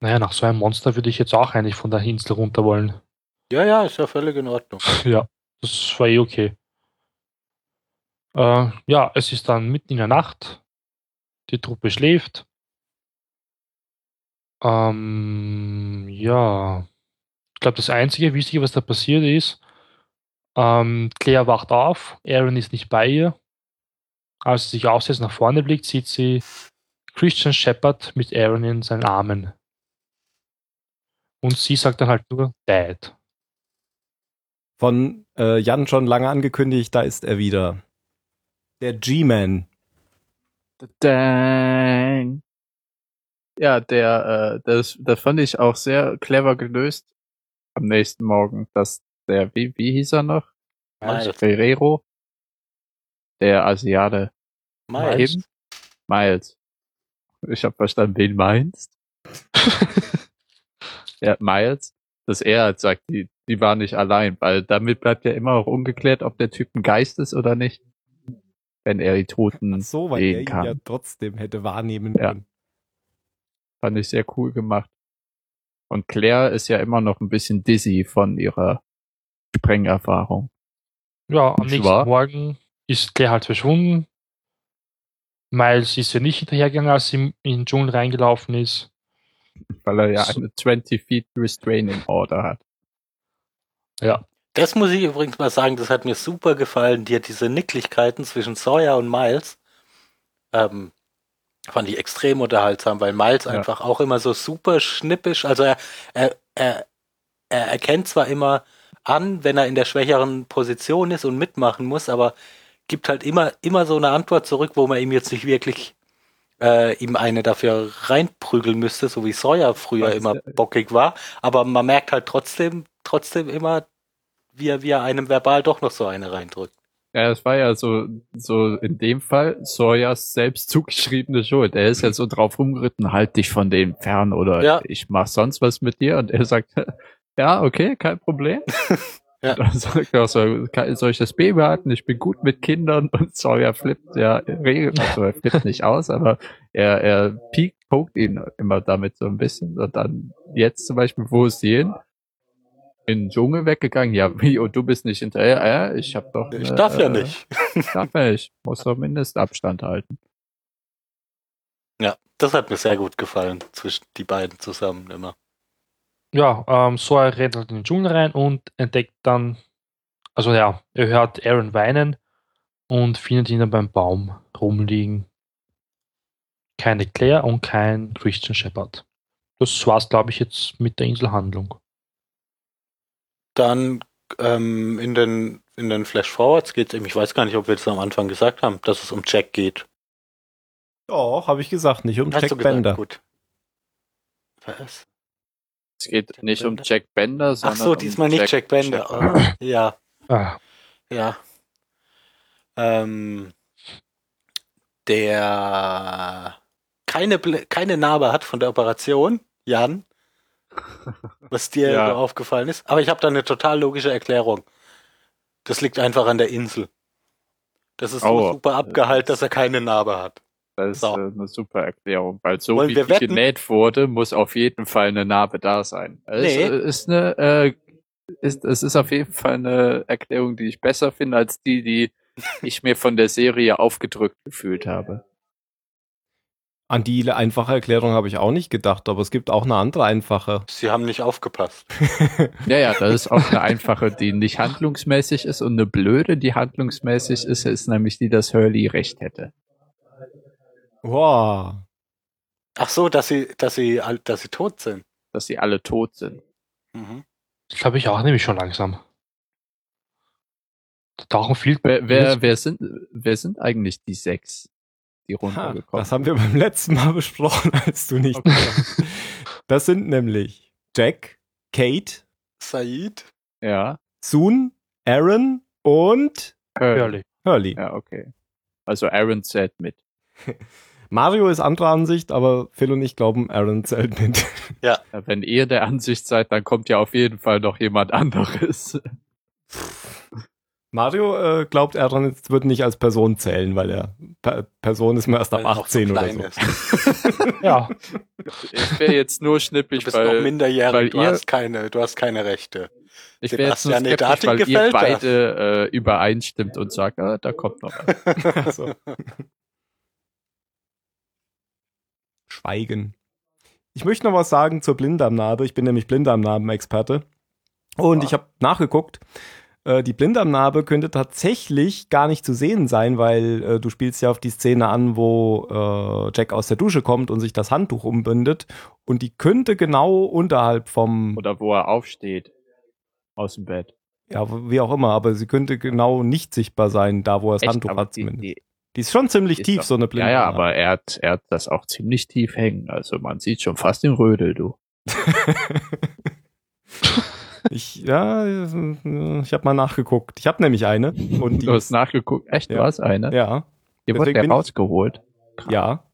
Naja, nach so einem Monster würde ich jetzt auch eigentlich von der Insel runter wollen.
Ja, ja, ist ja völlig in Ordnung.
Ja, das war eh okay. Äh, ja, es ist dann mitten in der Nacht. Die Truppe schläft. Ähm, ja. Ich glaube, das einzige Wichtige, was da passiert ist, ähm, Claire wacht auf, Aaron ist nicht bei ihr. Als sie sich aufsetzt, nach vorne blickt, sieht sie Christian Shepard mit Aaron in seinen Armen. Und sie sagt dann halt nur, Dad.
Von äh, Jan schon lange angekündigt, da ist er wieder. Der G-Man.
Dang. Ja, der, äh, das, das fand ich auch sehr clever gelöst am nächsten Morgen, dass der, wie, wie hieß er noch?
Miles.
Ferrero? Der Asiate.
Miles.
Eben? Miles. Ich habe verstanden, wen meinst? ja, Miles, dass er halt sagt, die, die waren nicht allein, weil damit bleibt ja immer auch ungeklärt, ob der Typ ein Geist ist oder nicht. Wenn er die Toten
So, weil er
sehen
ihn
kann.
ja trotzdem hätte wahrnehmen
Ja.
können.
Fand ich sehr cool gemacht. Und Claire ist ja immer noch ein bisschen dizzy von ihrer Sprengerfahrung.
Ja, am
Nicht
nächsten
wahr?
Morgen ist Claire halt verschwunden. Miles ist ja nicht hinterhergegangen, als sie in den Dschungel reingelaufen ist.
Weil er ja
So-
eine 20 Feet Restraining Order hat.
Ja.
Das muss ich übrigens mal sagen, das hat mir super gefallen. Dir diese Nicklichkeiten zwischen Sawyer und Miles ähm, fand ich extrem unterhaltsam, weil Miles
Ja.
einfach auch immer so super schnippisch, also er, er, er, er erkennt zwar immer an, wenn er in der schwächeren Position ist und mitmachen muss, aber gibt halt immer, immer so eine Antwort zurück, wo man ihm jetzt nicht wirklich äh, ihm eine dafür reinprügeln müsste, so wie Sawyer früher
Weiß,
immer
ja.
bockig war. Aber man merkt halt trotzdem, trotzdem immer, wie er, wie er einem verbal doch noch so eine reindrückt.
Ja, das war ja so, so in dem Fall Sawyers selbst zugeschriebene Schuld. Er ist ja so drauf rumgeritten, halt dich von dem fern oder
Ja.
ich mach sonst was mit dir. Und er sagt, ja, okay, kein Problem.
Ja.
Dann sagt er auch so, kann, soll ich das Baby halten? Ich bin gut mit Kindern. Und Sawyer flippt ja regel, also er flippt nicht aus, aber er, er piekt, pokt ihn immer damit so ein bisschen. Und dann jetzt zum Beispiel, wo ist sie hin? In den Dschungel weggegangen, ja, wie, und du bist nicht hinterher, ja, ich hab doch.
Ich
eine,
darf ja
äh,
nicht.
Darf er nicht. Muss doch Mindestabstand halten.
Ja, das hat mir sehr gut gefallen, zwischen die beiden zusammen immer.
Ja, ähm, Sawyer rennt halt in den Dschungel rein und entdeckt dann, also ja, er hört Aaron weinen und findet ihn dann beim Baum rumliegen. Keine Claire und kein Christian Shepard. Das war's, glaube ich, jetzt mit der Inselhandlung.
Dann ähm, in den, in den Flash-Forwards geht es eben, ich weiß gar nicht, ob wir das am Anfang gesagt haben, dass es um Jack geht.
Doch, habe ich gesagt, nicht um
Hast
Jack
du gesagt,
Bender.
gut. Was?
Es geht nicht um
Bender?
Jack Bender,
Ach
sondern.
so,
um
diesmal nicht Jack, Bender.
Shepard.
Oh, ja,
Ah,
ja. Ähm, der keine, Bl- keine Narbe hat von der Operation, Jan, was dir
Ja.
so aufgefallen ist. Aber ich habe da eine total logische Erklärung. Das liegt einfach an der Insel. Das ist so
Aua.
super abgeheilt, dass er keine Narbe hat.
Das ist äh,
So.
eine super Erklärung, weil so
Wollen
wie
wir
die
wetten?
genäht wurde, muss auf jeden Fall eine Narbe da sein. Es
Nee.
ist eine, äh, ist, es ist auf jeden Fall eine Erklärung, die ich besser finde als die, die ich mir von der Serie aufgedrückt gefühlt habe.
An die einfache Erklärung habe ich auch nicht gedacht, aber es gibt auch eine andere einfache.
Sie haben nicht aufgepasst.
Ja, ja, das ist auch eine einfache, die nicht handlungsmäßig ist und eine blöde, die handlungsmäßig ist, ist nämlich die, dass Hurley recht hätte.
Wow.
Ach so, dass sie, dass sie, al- dass sie tot sind.
dass sie alle tot sind.
Mhm.
das glaube ich auch nämlich schon langsam. Da tauchen viel.
Wer, wer, wer, sind, wer sind eigentlich die sechs, die
Ha,
runtergekommen
das haben wir beim letzten Mal besprochen, als du nicht. da warst. Das sind nämlich Jack, Kate,
Said?
sind? Ja.
Soon, Aaron und
Hurley.
Early.
Hurley.
Ja, okay. Also Aaron zählt mit.
Mario ist anderer Ansicht, aber Phil und ich glauben, Aaron zählt mit.
Ja, Wenn ihr der Ansicht seid, dann kommt ja auf jeden Fall noch jemand anderes.
Mario äh, glaubt, Aaron jetzt wird nicht als Person zählen, weil er per Person ist man erst ab
Weil er noch
18 oder
klein
so.
ist.
Ja,
Ich wäre jetzt nur
Du
schnippig,
bist noch
weil weil
minderjährig, du
ihr-
hast keine, du hast keine Rechte.
ich wäre jetzt nur
Sebastian, nee, da hat
skeptisch, weil
ihm
ihr
gefällt das.
beide äh, übereinstimmt und sagt, ah, da kommt noch was.
Also. Schweigen. Ich möchte noch was sagen zur Blinddarmnarbe. Ich bin nämlich Blinddarmnarben-Experte. Und
Ah.
ich habe nachgeguckt. äh, Die Blinddarmnarbe könnte tatsächlich gar nicht zu sehen sein, weil äh, du spielst ja auf die Szene an, wo äh, Jack aus der Dusche kommt und sich das Handtuch umbindet. Und die könnte genau unterhalb vom,
Oder wo er aufsteht aus dem Bett.
ja, wie auch immer, aber sie könnte genau nicht sichtbar sein, da wo er das
Echt,
Handtuch
aber
hat
die-
zumindest.
die-
Die ist schon ziemlich
Ist
tief,
doch-
so eine
Ja,
Blinde.
ja, aber er hat, er hat das auch ziemlich tief hängen. Also man sieht schon fast den Rödel, du.
Ich, ja, ich habe mal nachgeguckt. Ich habe nämlich eine. Und die,
du hast nachgeguckt. Echt,
Ja.
war es einer?
ja,
Hier wurde
deswegen
der
bin-
rausgeholt.
ja.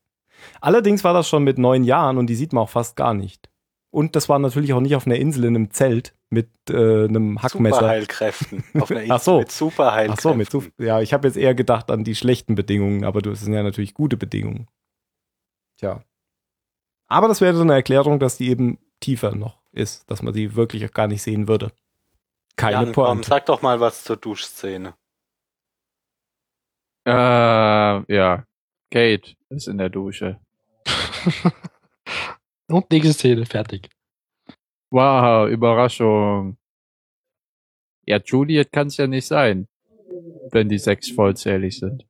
Allerdings war das schon mit neun Jahren und die sieht man auch fast gar nicht. Und das war natürlich auch nicht auf einer Insel in einem Zelt mit äh, einem Hackmesser.
Superheilkräften. Auf einer
Ach
Insel
so.
mit Superheilkräften.
Ach so, mit Zuf ja, ich habe jetzt eher gedacht an die schlechten Bedingungen, aber das sind ja natürlich gute Bedingungen. Tja. Aber das wäre so eine Erklärung, dass die eben tiefer noch ist, dass man sie wirklich auch gar nicht sehen würde. Keine
Jan, komm,
Pointe.
sag doch mal was zur Duschszene.
Äh, ja. Kate ist in der Dusche.
und nächste Szene, fertig.
Wow, Überraschung. Ja, Juliet kann es ja nicht sein, wenn die sechs vollzählig sind.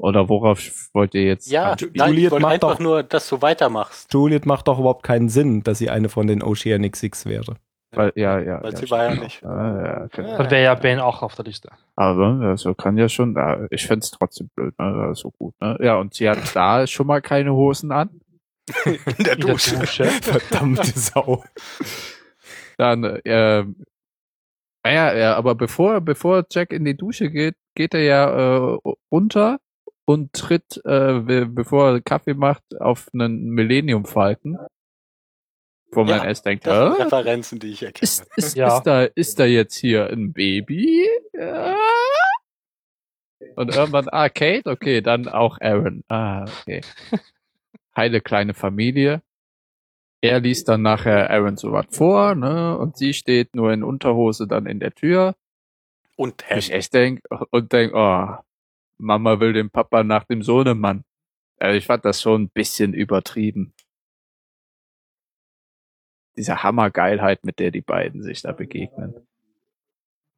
Oder worauf wollt ihr jetzt?
Ja,
Ju-
nein,
Juliet
ich wollte
macht
einfach
doch-
nur, dass du weitermachst.
Juliet macht doch überhaupt keinen Sinn, dass sie eine von den Oceanic Six wäre.
Weil, ja, ja.
Weil
ja,
sie war ja
stimmt.
nicht.
Ah, ja, okay.
Dann wäre ja Ben auch auf der Liste.
Aber also kann ja schon, ah, ich fänd's trotzdem blöd, ne? so gut. Ne? Ja, und sie hat da schon mal keine Hosen an.
In der
In der
Dusche.
Dusche.
Verdammte Sau.
Dann, äh, ähm, naja, ja, aber bevor, bevor Jack in die Dusche geht, geht er ja äh, runter und tritt, äh, be- bevor er Kaffee macht, auf einen Millennium-Falken. Wo man
Ja,
erst denkt,
Das sind
hä?
Referenzen, die ich erkenne.
Ist, ist,
Ja.
ist, da, ist da jetzt hier ein Baby? Ja. Und irgendwann, ah, Kate, okay, dann auch Aaron. Ah, okay. Heile kleine Familie. Er liest dann nachher Aaron sowas vor, ne? Und sie steht nur in Unterhose dann in der Tür.
Und
Ich
Hemd.
echt denk und denk, oh, Mama will den Papa nach dem Sohnemann. Also ich fand das schon ein bisschen übertrieben. Diese Hammergeilheit, mit der die beiden sich da begegnen.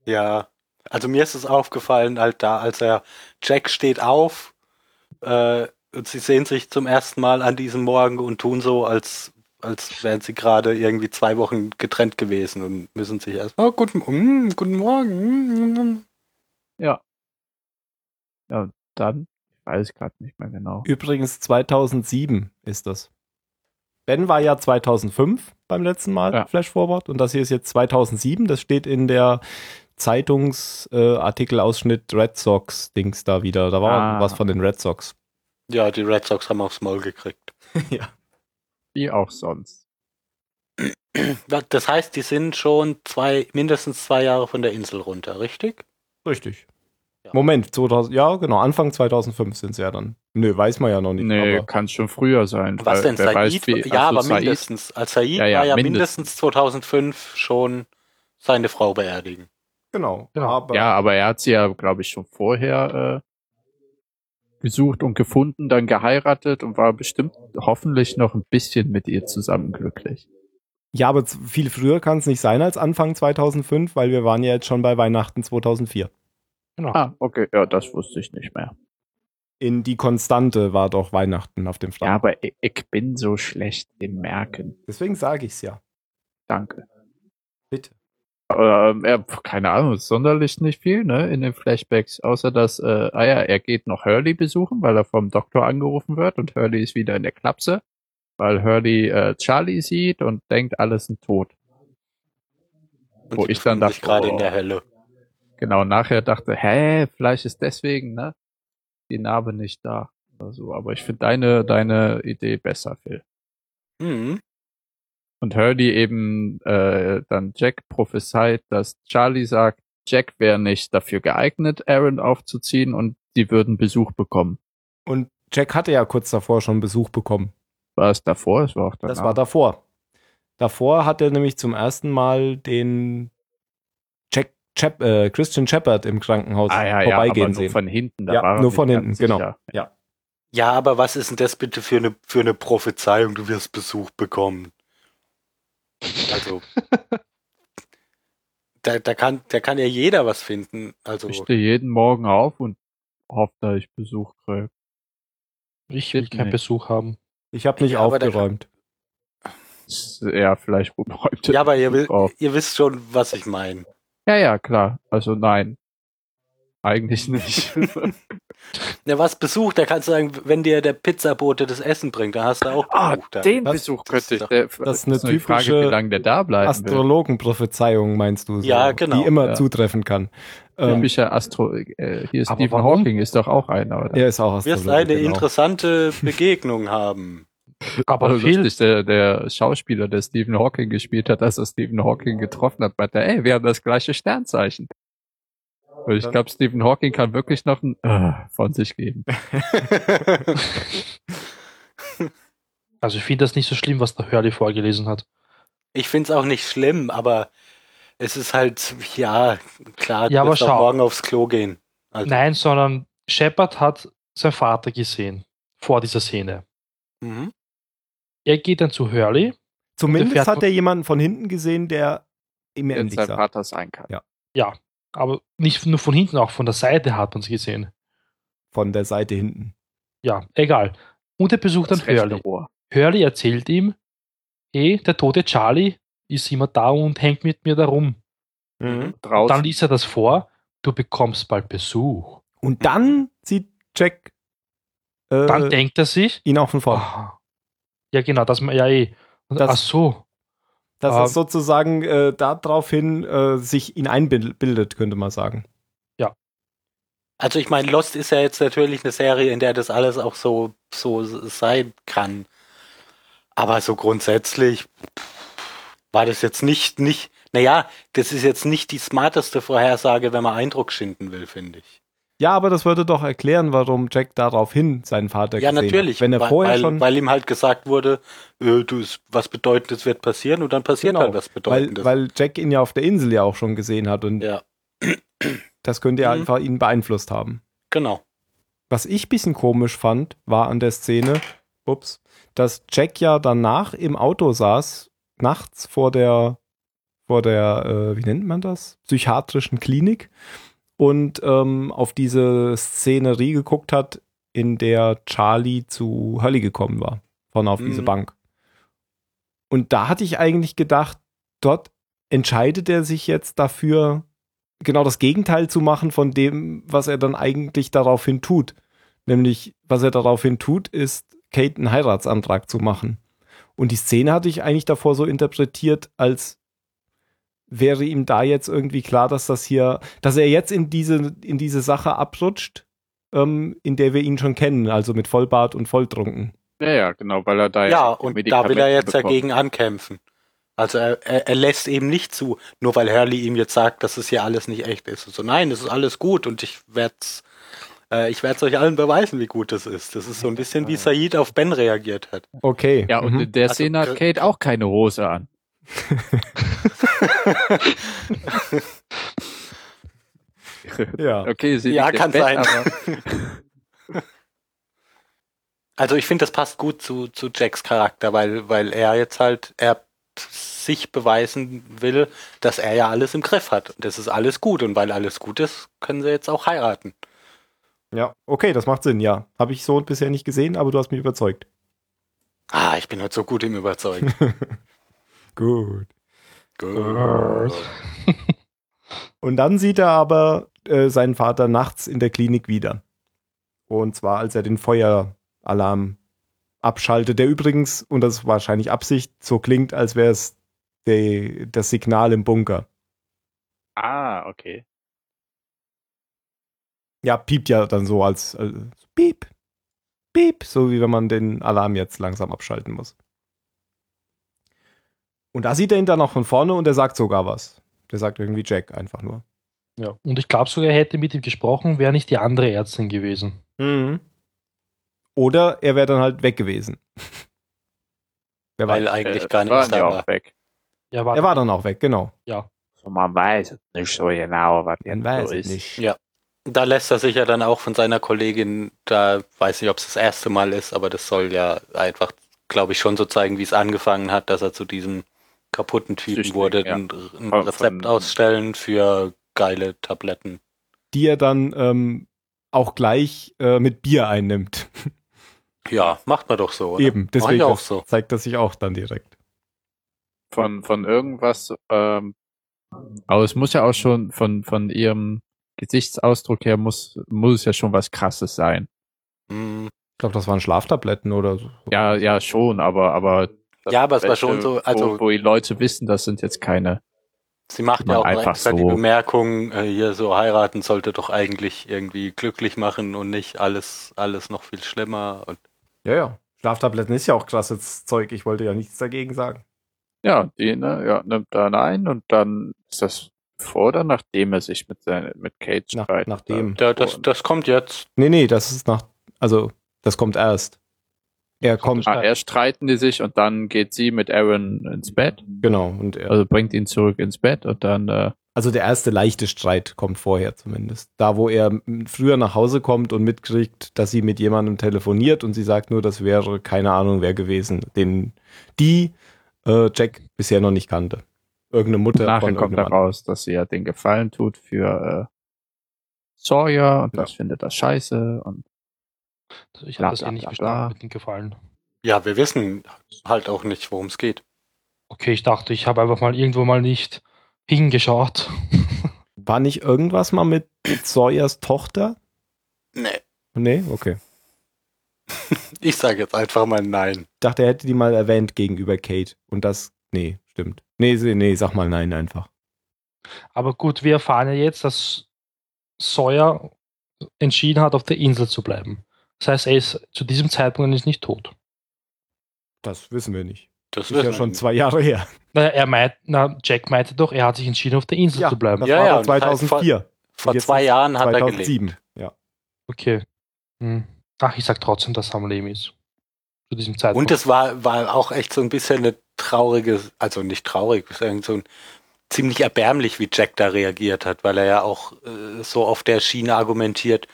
Ja. Also mir ist es aufgefallen, halt da, als er Jack steht auf äh, und sie sehen sich zum ersten Mal an diesem Morgen und tun so, als, als wären sie gerade irgendwie zwei Wochen getrennt gewesen und müssen sich erst, oh, guten, mm, guten Morgen. mm, mm.
Ja, und dann ich weiß gerade nicht mehr genau.
Übrigens 2007 ist das. Ben war ja 2005 beim letzten Mal
Ja.
Flash Forward und das hier ist jetzt 2007. Das steht in der Zeitungsartikelausschnitt äh, Artikelausschnitt Red Sox Dings da wieder. Da war
Ah.
was von den Red Sox.
Ja, die Red Sox haben aufs Maul gekriegt.
ja.
Wie auch sonst.
Das heißt, die sind schon zwei, mindestens zwei Jahre von der Insel runter, richtig?
Richtig.
Ja.
Moment, 2000, ja genau, Anfang 2005 sind sie ja dann. Nö, weiß man ja noch nicht.
Nee,
aber
kann schon früher sein.
Was
weil
denn,
wer
Said?
weiß,
ja,
wie- ach so,
aber
Said.
mindestens. Als Said
Ja, ja,
war ja mindestens
mindestens.
2005 schon seine Frau beerdigen.
genau.
Genau.
Aber,
Ja, aber er hat sie ja, glaube ich, schon vorher äh, gesucht und gefunden, dann geheiratet und war bestimmt hoffentlich noch ein bisschen mit ihr zusammen glücklich.
ja, aber z- viel früher kann es nicht sein als Anfang 2005, weil wir waren ja jetzt schon bei Weihnachten 2004.
Genau.
Ah, okay, ja, das wusste ich nicht mehr.
In die Konstante war doch Weihnachten auf dem Start.
Ja, aber ich, ich bin so schlecht im Merken.
Deswegen sage ich es ja.
Danke.
Bitte.
Aber, ähm, er, pf, keine Ahnung, sonderlich nicht viel, ne, in den Flashbacks, außer dass, äh, ah ja, er geht noch Hurley besuchen, weil er vom Doktor angerufen wird und Hurley ist wieder in der Klapse, weil Hurley äh, Charlie sieht und denkt, alles sind tot.
Und
Wo
die
ich dann
befinden sich
dachte,
gerade
oh.
in der Hölle.
Genau, nachher dachte, hä, vielleicht ist deswegen, ne, die Narbe nicht da. Oder so, aber ich finde deine, deine Idee besser, Phil.
Hm.
Und Hurley eben äh, dann Jack prophezeit, dass Charlie sagt, Jack wäre nicht dafür geeignet, Aaron aufzuziehen und die würden Besuch bekommen.
Und Jack hatte ja kurz davor schon Besuch bekommen.
War es davor? Es war auch danach.
Das war davor. Davor hat er nämlich zum ersten Mal den Jack, Chap, äh, Christian Shepard im Krankenhaus
ah, ja, ja, aber
vorbeigehen
nur
sehen.
von hinten. Da
Ja,
war er
nur
nicht
von
ganz
hinten, genau.
sicher.
Ja, aber was ist denn das bitte für eine, für eine Prophezeiung? Du wirst Besuch bekommen. Also, da, da, kann, da kann ja jeder was finden. Also,
Ich stehe jeden Morgen auf und hoffe, dass ich Besuch kriege.
Ich will
Bitte
keinen
nicht.
Besuch haben.
Ich habe nicht
Ja, aber der-
aufgeräumt.
Ja, vielleicht räumt er
ja, aber ihr,
Besuch
will,
auf.
ihr wisst schon, was ich meine.
Ja, ja, klar. Also nein. Eigentlich nicht.
Ja, was Besuch, da kannst du sagen, wenn dir der Pizzabote das Essen bringt, dann hast du auch Besuch. da.
Das-
Besuch
das ist doch-
Der,
das ist eine
nur die Frage,
typische
wie lange der da bleiben will.
Astrologenprophezeiung meinst du? So,
Ja, genau.
Die immer
Ja.
zutreffen kann. Ähm,
Typischer Astro. Äh, hier
Aber
Stephen
warum?
Hawking ist doch auch einer. Oder?
er ist auch
Du wirst
Astrologe.
eine
genau.
interessante Begegnung haben.
Aber
Also
viel.
lustig, der, der Schauspieler, der Stephen Hawking gespielt hat, dass er Stephen Hawking getroffen hat, meinte, ey, wir haben das gleiche Sternzeichen. Und ich
Dann-
glaube, Stephen Hawking kann wirklich noch ein äh, von sich geben.
Also ich finde das nicht so schlimm, was der Hurley vorgelesen hat.
Ich find's auch nicht schlimm, aber es ist halt, ja, klar, du
Ja, aber
wirst auch
schau.
morgen aufs Klo gehen. Also,
Nein, sondern Shepard hat seinen Vater gesehen vor dieser Szene.
Mhm.
Er geht dann zu Hurley. Der
Zumindest
fährt-
hat er jemanden von hinten gesehen, der ihm
Wenn
ähnlich
sein
sah.
Vater sein kann.
Ja, aber nicht nur von hinten, auch von der Seite hat man es gesehen.
Von der Seite hinten.
Ja, egal. Und er besucht
Das
dann
rechte
Hurley.
Ohr.
Hurley erzählt ihm, eh, der tote Charlie ist jemand da und hängt mit mir da rum.
Mhm.
Draußen.
Dann liest er das vor, du bekommst bald Besuch.
Und dann sieht Jack äh,
Dann Ah, denkt er sich,
ihn auch von vorn.
aha. ja genau, das, ja eh. Und,
Das-
ach so,
Dass
Ah.
es sozusagen äh, daraufhin äh, sich ihn einbildet, könnte man sagen.
Also ich meine, Lost ist ja jetzt natürlich eine Serie, in der das alles auch so, so sein kann. Aber so grundsätzlich war das jetzt nicht, nicht, naja, das ist jetzt nicht die smarteste Vorhersage, wenn man Eindruck schinden will, finde ich.
Ja, aber das würde doch erklären, warum Jack daraufhin seinen Vater
Ja,
gesehen hat.
natürlich.
Wenn er
weil,
vorher
weil,
schon,
weil ihm halt gesagt wurde, äh, du, es- was Bedeutendes wird passieren und dann passiert
Genau,
halt was
weil,
Bedeutendes.
weil Jack ihn ja auf der Insel ja auch schon gesehen hat und
ja,
das könnte ja
Mhm.
einfach ihn beeinflusst haben.
genau.
Was ich ein bisschen komisch fand, war an der Szene, ups, dass Jack ja danach im Auto saß, nachts vor der, vor der, äh, wie nennt man das? Psychiatrischen Klinik und ähm, auf diese Szenerie geguckt hat, in der Charlie zu Hurley gekommen war, vorne auf diese
Mhm.
Bank. Und da hatte ich eigentlich gedacht, dort entscheidet er sich jetzt dafür, genau das Gegenteil zu machen von dem, was er dann eigentlich daraufhin tut. Nämlich, was er daraufhin tut, ist, Kate einen Heiratsantrag zu machen. Und die Szene hatte ich eigentlich davor so interpretiert, als wäre ihm da jetzt irgendwie klar, dass das hier, dass er jetzt in diese, in diese Sache abrutscht, ähm, in der wir ihn schon kennen, also mit Vollbart und Volltrunken.
Ja, ja, genau, weil er da
Ja, und da will er
Medikamente
jetzt
bekommt.
dagegen ankämpfen. Also er, er, er lässt eben nicht zu, nur weil Hurley ihm jetzt sagt, dass es hier alles nicht echt ist. Und so, nein, es ist alles gut und ich werd's, äh, ich werd's euch allen beweisen, wie gut es ist. Das ist so ein bisschen wie Said auf Ben reagiert hat.
Okay.
Ja, und
Mhm.
in der
Also,
Szene hat
äh,
Kate auch keine Hose an.
ja.
Okay, sie
Ja,
liegt im
kann
Bett,
sein.
aber-
Also ich finde, das passt gut zu, zu Jacks Charakter, weil, weil er jetzt halt, er sich beweisen will, dass er ja alles im Griff hat. Und das ist alles gut. Und weil alles gut ist, können sie jetzt auch heiraten.
Ja, okay, das macht Sinn, ja. Habe ich so bisher nicht gesehen, aber du hast mich überzeugt.
Ah, ich bin heute so gut im Überzeugen.
Gut.
Gut.
Und dann sieht er aber äh, seinen Vater nachts in der Klinik wieder. Und zwar, als er den Feueralarm abschaltet, der übrigens, und das ist wahrscheinlich Absicht, so klingt, als wäre es die- das Signal im Bunker.
Ah, okay.
Ja, piept ja dann so als, als piep, piep, so wie wenn man den Alarm jetzt langsam abschalten muss. Und da sieht er ihn dann auch von vorne und er sagt sogar was. Der sagt irgendwie Jack einfach nur.
Ja. Und ich glaube sogar, er hätte mit ihm gesprochen, wäre nicht die andere Ärztin gewesen.
Oder er wäre dann halt weg gewesen. Wer
Weil
weiß.
eigentlich
Äh,
gar
waren
nichts
ja
da war.
auch weg.
Ja, warte.
Er war dann auch weg, genau.
Man weiß es nicht so genau, was
Man
so
es
ist.
nicht.
Ja. Da lässt er sich ja dann auch von seiner Kollegin, da weiß nicht, ob es das erste Mal ist, aber das soll ja einfach, glaube ich, schon so zeigen, wie es angefangen hat, dass er zu diesem kaputten Typen
Süchtigen,
wurde,
ja.
ein, ein
Von-
Rezept
von-
ausstellen für geile Tabletten.
Die er dann ähm, auch gleich äh, mit Bier einnimmt.
Ja, macht man doch so. Oder?
Eben,
ich
deswegen
auch
das
so.
zeigt das sich auch dann direkt.
Von, von irgendwas, ähm, aber es muss ja auch schon von, von ihrem Gesichtsausdruck her muss, muss es ja schon was krasses sein.
Hm.
Ich glaube, das waren Schlaftabletten oder so.
Ja, ja, schon, aber, aber.
Ja, aber es war schon so, also-
Wo, wo die Leute wissen, das sind jetzt keine.
Sie macht
Man
ja auch
einfach
extra die
so-
Bemerkung, äh, hier so heiraten sollte doch eigentlich irgendwie glücklich machen und nicht alles, alles noch viel schlimmer. Und
Ja, ja. Schlaftabletten ist ja auch krasses Zeug. Ich wollte ja nichts dagegen sagen.
Ja, die, ne, ja, nimmt dann ein und dann ist das vor oder nachdem er sich mit seine, mit Kate
Nach-
streitet. äh,
nachdem.
da, das, das kommt jetzt.
Nee, nee, das ist nach. Also, das kommt erst. Er kommt,
Ah, erst streiten die sich und dann geht sie mit Aaron ins Bett.
genau. Und er,
Also bringt ihn zurück ins Bett und dann, äh,
also der erste leichte Streit kommt vorher zumindest. Da, wo er m- früher nach Hause kommt und mitkriegt, dass sie mit jemandem telefoniert und sie sagt nur, das wäre keine Ahnung wer gewesen, den die äh, Jack bisher noch nicht kannte. Irgendeine Mutter
nachher kommt
irgendeinem
er raus, dass sie ja den Gefallen tut für äh, Sawyer und
Ja.
das findet er scheiße und
ich
Bla,
habe das
bla,
eh nicht
bla, bla.
bestanden mit dem Gefallen.
Ja, wir wissen halt auch nicht, worum es geht.
Okay, ich dachte, ich habe einfach mal irgendwo mal nicht hingeschaut.
War nicht irgendwas mal mit Sawyers Tochter?
Nee,
Nee, okay.
ich sage jetzt einfach mal nein.
Ich dachte, er hätte die mal erwähnt gegenüber Kate. Und das, nee, stimmt. Nee, se- nee, sag mal nein einfach.
Aber gut, wir erfahren ja jetzt, dass Sawyer entschieden hat, auf der Insel zu bleiben. Das heißt, er ist zu diesem Zeitpunkt eigentlich nicht tot.
Das wissen wir nicht.
Das
Ist ja
wissen
schon
wir.
zwei Jahre her.
Naja, er meint, na, Jack meinte doch, er hat sich entschieden, auf der Insel zu bleiben.
das
Ja,
war
ja,
doch 2004.
Vor
jetzt
zwei
ist
Jahren hat er gelebt.
2007. Ja.
Okay. Hm. Ach, ich sag trotzdem, dass er am Leben ist. Zu diesem Zeitpunkt.
Und es war, war auch echt so ein bisschen eine traurige, also nicht traurig, sondern so ein ziemlich erbärmlich, wie Jack da reagiert hat, weil er ja auch äh, so auf der Schiene argumentiert,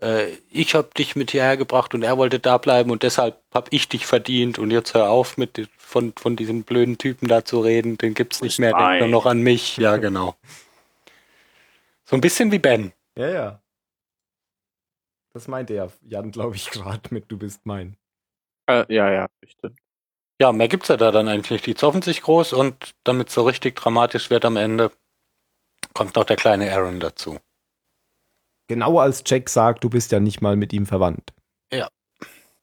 äh, ich habe dich mit hierher gebracht und er wollte da bleiben und deshalb habe ich dich verdient und jetzt hör auf mit di- von, von diesem blöden Typen da zu reden, den gibt's nicht mehr, denk nur noch an mich. Ja, genau. So ein bisschen wie Ben.
ja, ja. Das meinte ja Jan, glaube ich, gerade mit Du bist mein.
Äh, ja, ja, bestimmt.
Ja, mehr gibt's ja da dann eigentlich. nicht. Die zoffen sich groß und damit so richtig dramatisch wird am Ende, kommt noch der kleine Aaron dazu.
Genau als Jack sagt, du bist ja nicht mal mit ihm verwandt.
Ja.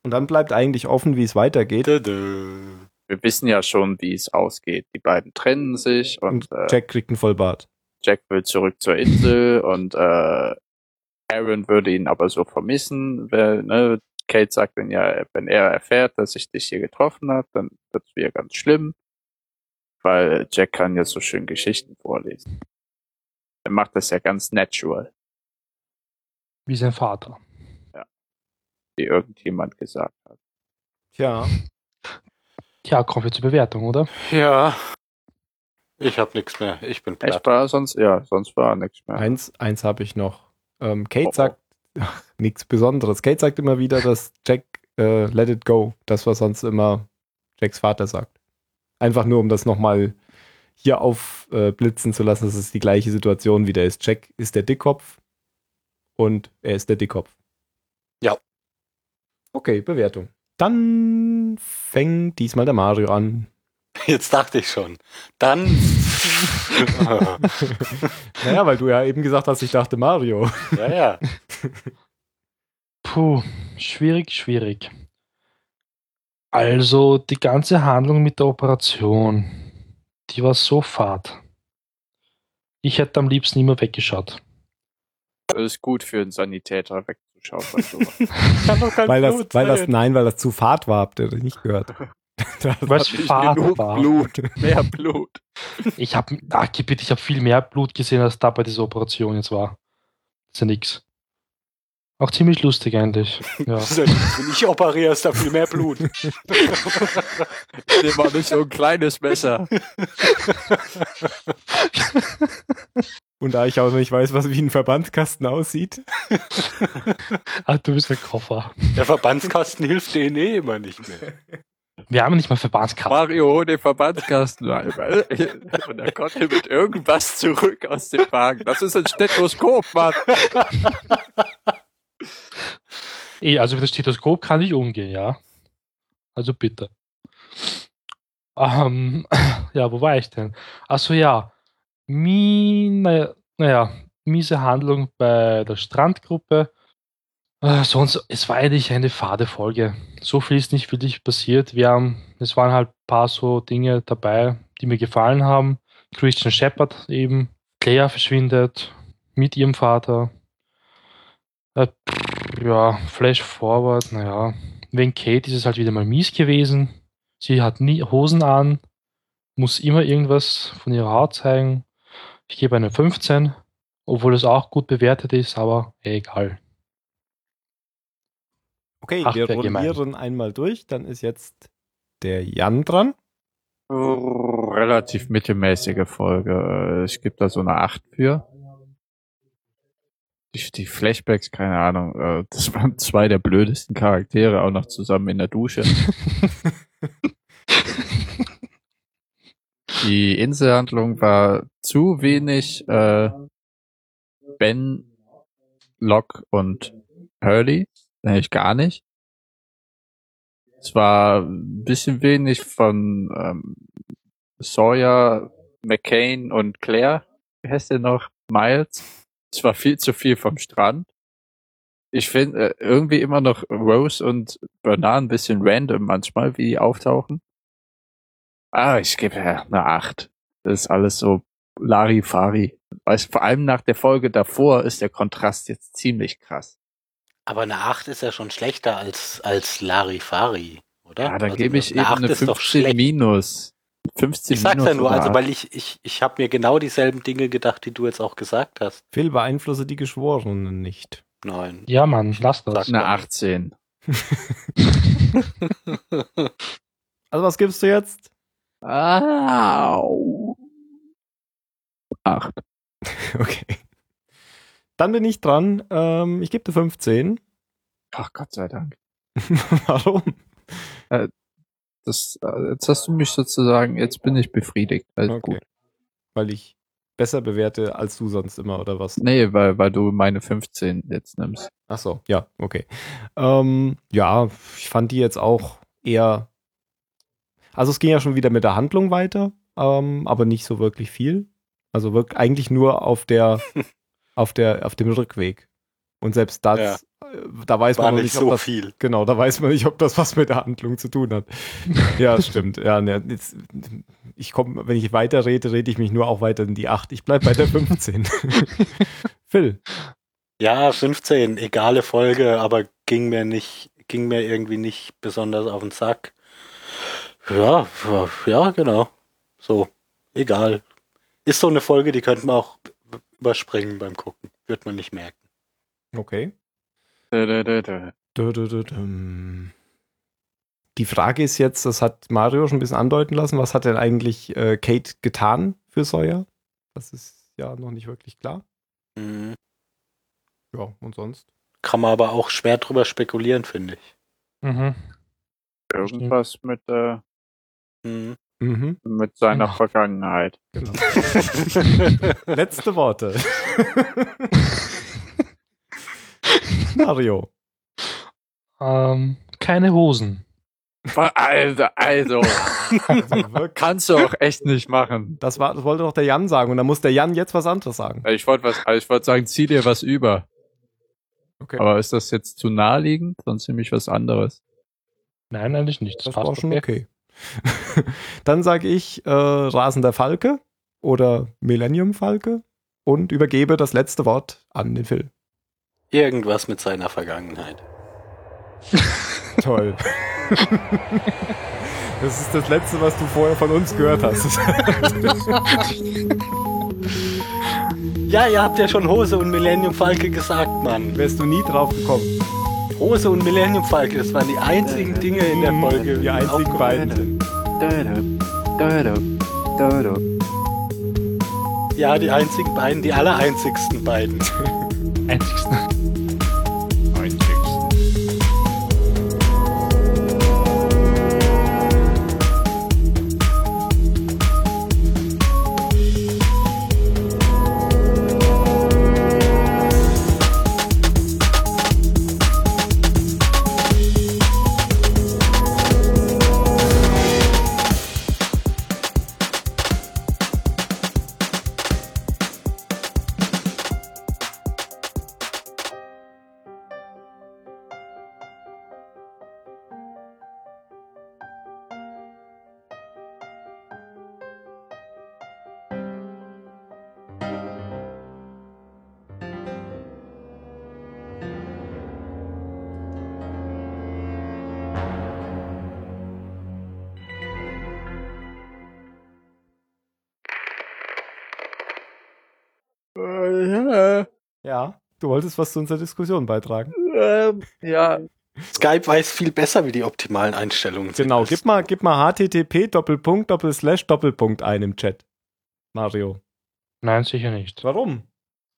Und dann bleibt eigentlich offen, wie es weitergeht.
Wir wissen ja schon, wie es ausgeht. Die beiden trennen sich
Und
und, äh, Jack.
Jack kriegt einen Vollbart.
will zurück zur Insel und äh, Aaron würde ihn aber so vermissen. Weil, ne, Kate sagt dann ja, wenn er erfährt, dass ich dich hier getroffen habe, dann wird's wieder ganz schlimm. Weil Jack kann ja so schön Geschichten vorlesen. Er macht das ja ganz natural,
wie sein Vater.
wie irgendjemand gesagt hat.
Tja.
Tja, kommen wir zur Bewertung, oder?
Ja. Ich hab nichts mehr. Ich bin platt.
Echt war sonst, ja, sonst war nichts mehr.
Eins, eins habe ich noch. Ähm, Kate
Oh, oh.
sagt nichts Besonderes. Kate sagt immer wieder, dass Jack äh, let it go, das, was sonst immer Jacks Vater sagt. Einfach nur, um das nochmal hier aufblitzen äh, zu lassen, dass es die gleiche Situation wieder ist. Jack ist der Dickkopf und er ist der Dickkopf.
Ja.
Okay, Bewertung. Dann fängt diesmal der Mario an.
Jetzt dachte ich schon. Dann.
Naja, weil du ja eben gesagt hast, ich dachte Mario.
ja, ja.
Puh, schwierig, schwierig. Also, die ganze Handlung mit der Operation, die war so fad. Ich hätte am liebsten immer weggeschaut.
Es ist gut für einen Sanitäter wegzuschauen. bei sowas.
Weil das, weil das, nein, weil das zu fad war, habt ihr das nicht gehört. Das
Weil es
Hab ich
fad
genug
war.
Blut, mehr Blut.
Ich habe, ach, gib bitte, ich habe viel mehr Blut gesehen, als da bei dieser Operation jetzt war. ist ja nix. Auch ziemlich lustig eigentlich. Ja.
Wenn ich operiere, ist da viel mehr Blut.
Nimm mal nicht so ein kleines Messer.
Und da ich auch nicht weiß, was wie ein Verbandskasten aussieht.
Ah, du bist ein Koffer.
Der Verbandskasten hilft denen eh immer nicht mehr.
Wir haben nicht mal Verbandskasten.
Mario holt den Verbandskasten einmal. Und er konnte mit irgendwas zurück aus dem Wagen. Das ist ein Stethoskop, Mann.
Eh, also mit dem Stethoskop kann ich umgehen, ja. Also bitte. Ähm, ja, wo war ich denn? Achso, ja. Mine, naja, miese Handlung bei der Strandgruppe. Äh, sonst, es war eigentlich eine fade Folge. So viel ist nicht wirklich passiert. Wir haben, es waren halt ein paar so Dinge dabei, die mir gefallen haben. Christian Shepard eben. Claire verschwindet mit ihrem Vater. Äh, ja, Flash Forward, naja. Wegen Kate ist es halt wieder mal mies gewesen. Sie hat nie Hosen an, muss immer irgendwas von ihrer Haut zeigen. Ich gebe eine 15, obwohl es auch gut bewertet ist, aber egal.
Okay,
Ach,
wir
wer gemein.
rollieren einmal durch. Dann ist jetzt der Jan dran.
Relativ mittelmäßige Folge. Ich gebe da so eine 8 für. Die, die Flashbacks, keine Ahnung. äh, Das waren zwei der blödesten Charaktere, auch noch zusammen in der Dusche. Die Inselhandlung war zu wenig äh, Ben, Locke und Hurley. Eigentlich gar nicht. Es war ein bisschen wenig von ähm, Sawyer, McCain und Claire, wie heißt der noch? Miles. Es war viel zu viel vom Strand. Ich finde äh, irgendwie immer noch Rose und Bernard ein bisschen random manchmal, wie die auftauchen. Ah, ich gebe ja eine Acht. Das ist alles so Larifari. Weiß, vor allem nach der Folge davor ist der Kontrast jetzt ziemlich krass.
Aber eine 8 ist ja schon schlechter als, als Larifari, oder?
Ja, dann
Also
gebe ich eben
Acht
eine
ist doch
15
schlecht.
minus. 15
Ich sag's
minus.
ja nur,
oder
also
Acht.
weil ich, ich, ich habe mir genau dieselben Dinge gedacht, die du jetzt auch gesagt hast.
Phil, beeinflusse die Geschworenen nicht.
Nein.
Ja, Mann, lass das.
eine 18.
Also was gibst du jetzt?
Au. Acht.
Okay. Dann bin ich dran. Ähm, ich gebe dir 15.
Ach Gott sei Dank.
Warum?
Das, äh, jetzt hast du mich sozusagen, jetzt bin ich befriedigt. Also
Okay.
gut.
Weil ich besser bewerte als du sonst immer oder was?
Nee, weil, weil du meine 15 jetzt nimmst.
Ach so, ja, okay. Ähm, ja, ich fand die jetzt auch eher. Also es ging ja schon wieder mit der Handlung weiter, ähm, aber nicht so wirklich viel. Also wirk eigentlich nur auf der, auf der, auf dem Rückweg. Und selbst das, äh, da weiß
War
man noch
nicht
nicht, ob
so
das
viel.
Genau, da weiß man nicht, ob das was mit der Handlung zu tun hat. Ja, stimmt. Ja, ne, jetzt, ich komme, wenn ich weiter rede, rede ich mich nur auch weiter in die 8. Ich bleibe bei der 15. Phil,
Ja, 15, egale Folge, aber ging mir nicht, ging mir irgendwie nicht besonders auf den Sack. Ja, ja, ja, genau. So, egal. Ist so eine Folge, die könnte man auch überspringen beim Gucken. Wird man nicht merken.
okay.
Ja,
Dö, dö, dö, düm. Die Frage ist jetzt, das hat Mario schon ein bisschen andeuten lassen, was hat denn eigentlich äh, Kate getan für Sawyer? Das ist ja noch nicht wirklich klar.
Mhm.
Ja, und sonst?
Kann man aber auch schwer drüber spekulieren, finde ich.
Mhm.
irgendwas mit, äh,
Mhm.
Mhm,
mit seiner
Genau.
Vergangenheit.
genau. Letzte Worte. Mario.
Ähm, keine Hosen.
Also, also
Also wirklich.
kannst du auch echt nicht machen.
Das, war, das wollte doch der Jan sagen und dann muss der Jan jetzt was anderes sagen.
Ich wollte was, also ich wollte sagen, zieh dir was über.
Okay.
Aber ist das jetzt zu naheliegend? Sonst nehme ich was anderes.
Nein, eigentlich nicht. Das,
Das
passt
war schon
okay.
okay. dann sage ich äh, Rasender Falke oder Millennium Falke und übergebe das letzte Wort an den Phil.
Irgendwas mit seiner Vergangenheit.
Toll. das ist das letzte, was du vorher von uns gehört hast.
Ja, ihr habt ja schon Hose und Millennium Falke gesagt, Mann.
Wärst du nie drauf gekommen.
Hose und Millennium Falke, das waren die einzigen Dinge in der Folge.
Die einzigen beiden.
Ja, die einzigen beiden, die allereinzigsten beiden.
Einzigsten.
Äh,
Ja, du wolltest was zu unserer Diskussion beitragen.
äh, ja,
Skype weiß viel besser, wie die optimalen Einstellungen sind.
Genau,
als-
gib mal, gib mal http Doppelpunkt Doppelslash Doppelpunkt ein im Chat. Mario.
Nein, sicher nicht.
Warum?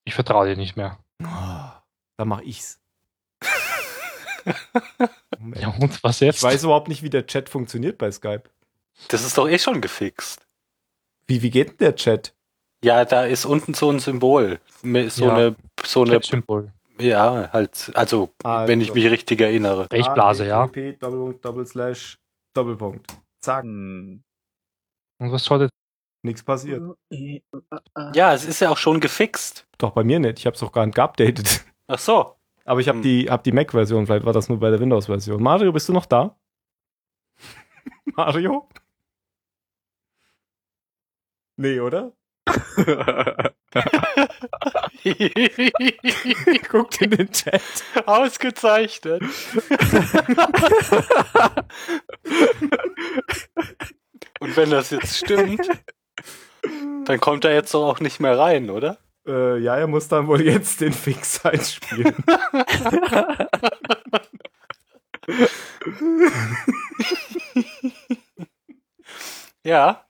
Ich vertraue dir nicht mehr.
Oh, Da mach ich's. Moment.
Ja, und was jetzt?
Ich weiß überhaupt nicht, wie der Chat funktioniert bei Skype.
Das ist doch eh schon gefixt.
Wie, wie geht denn der Chat?
Ja, da ist unten so ein Symbol. Mit So
Ja.
eine, so eine,
Chat-Symbol.
ja, halt, also,
Also.
wenn ich mich richtig erinnere.
Ah,
Brechblase, ja.
Doppelpunkt, Doppelpunkt, Doppelpunkt. Zack.
hm,
Und was soll das?
Nichts passiert.
Ja, es ist ja auch schon gefixt.
Äh, Doch bei mir nicht. Ich habe es auch gar nicht geupdatet.
Ach so.
Aber ich habe
Hm.
die, hab die Mac-Version. Vielleicht war das nur bei der Windows-Version. Mario, bist du noch da? Mario? Nee, oder? Guckt in den Chat.
Ausgezeichnet. Und wenn das jetzt stimmt, dann kommt er jetzt doch auch nicht mehr rein, oder?
Äh, ja, er muss dann wohl jetzt den Fix einspielen.
Ja.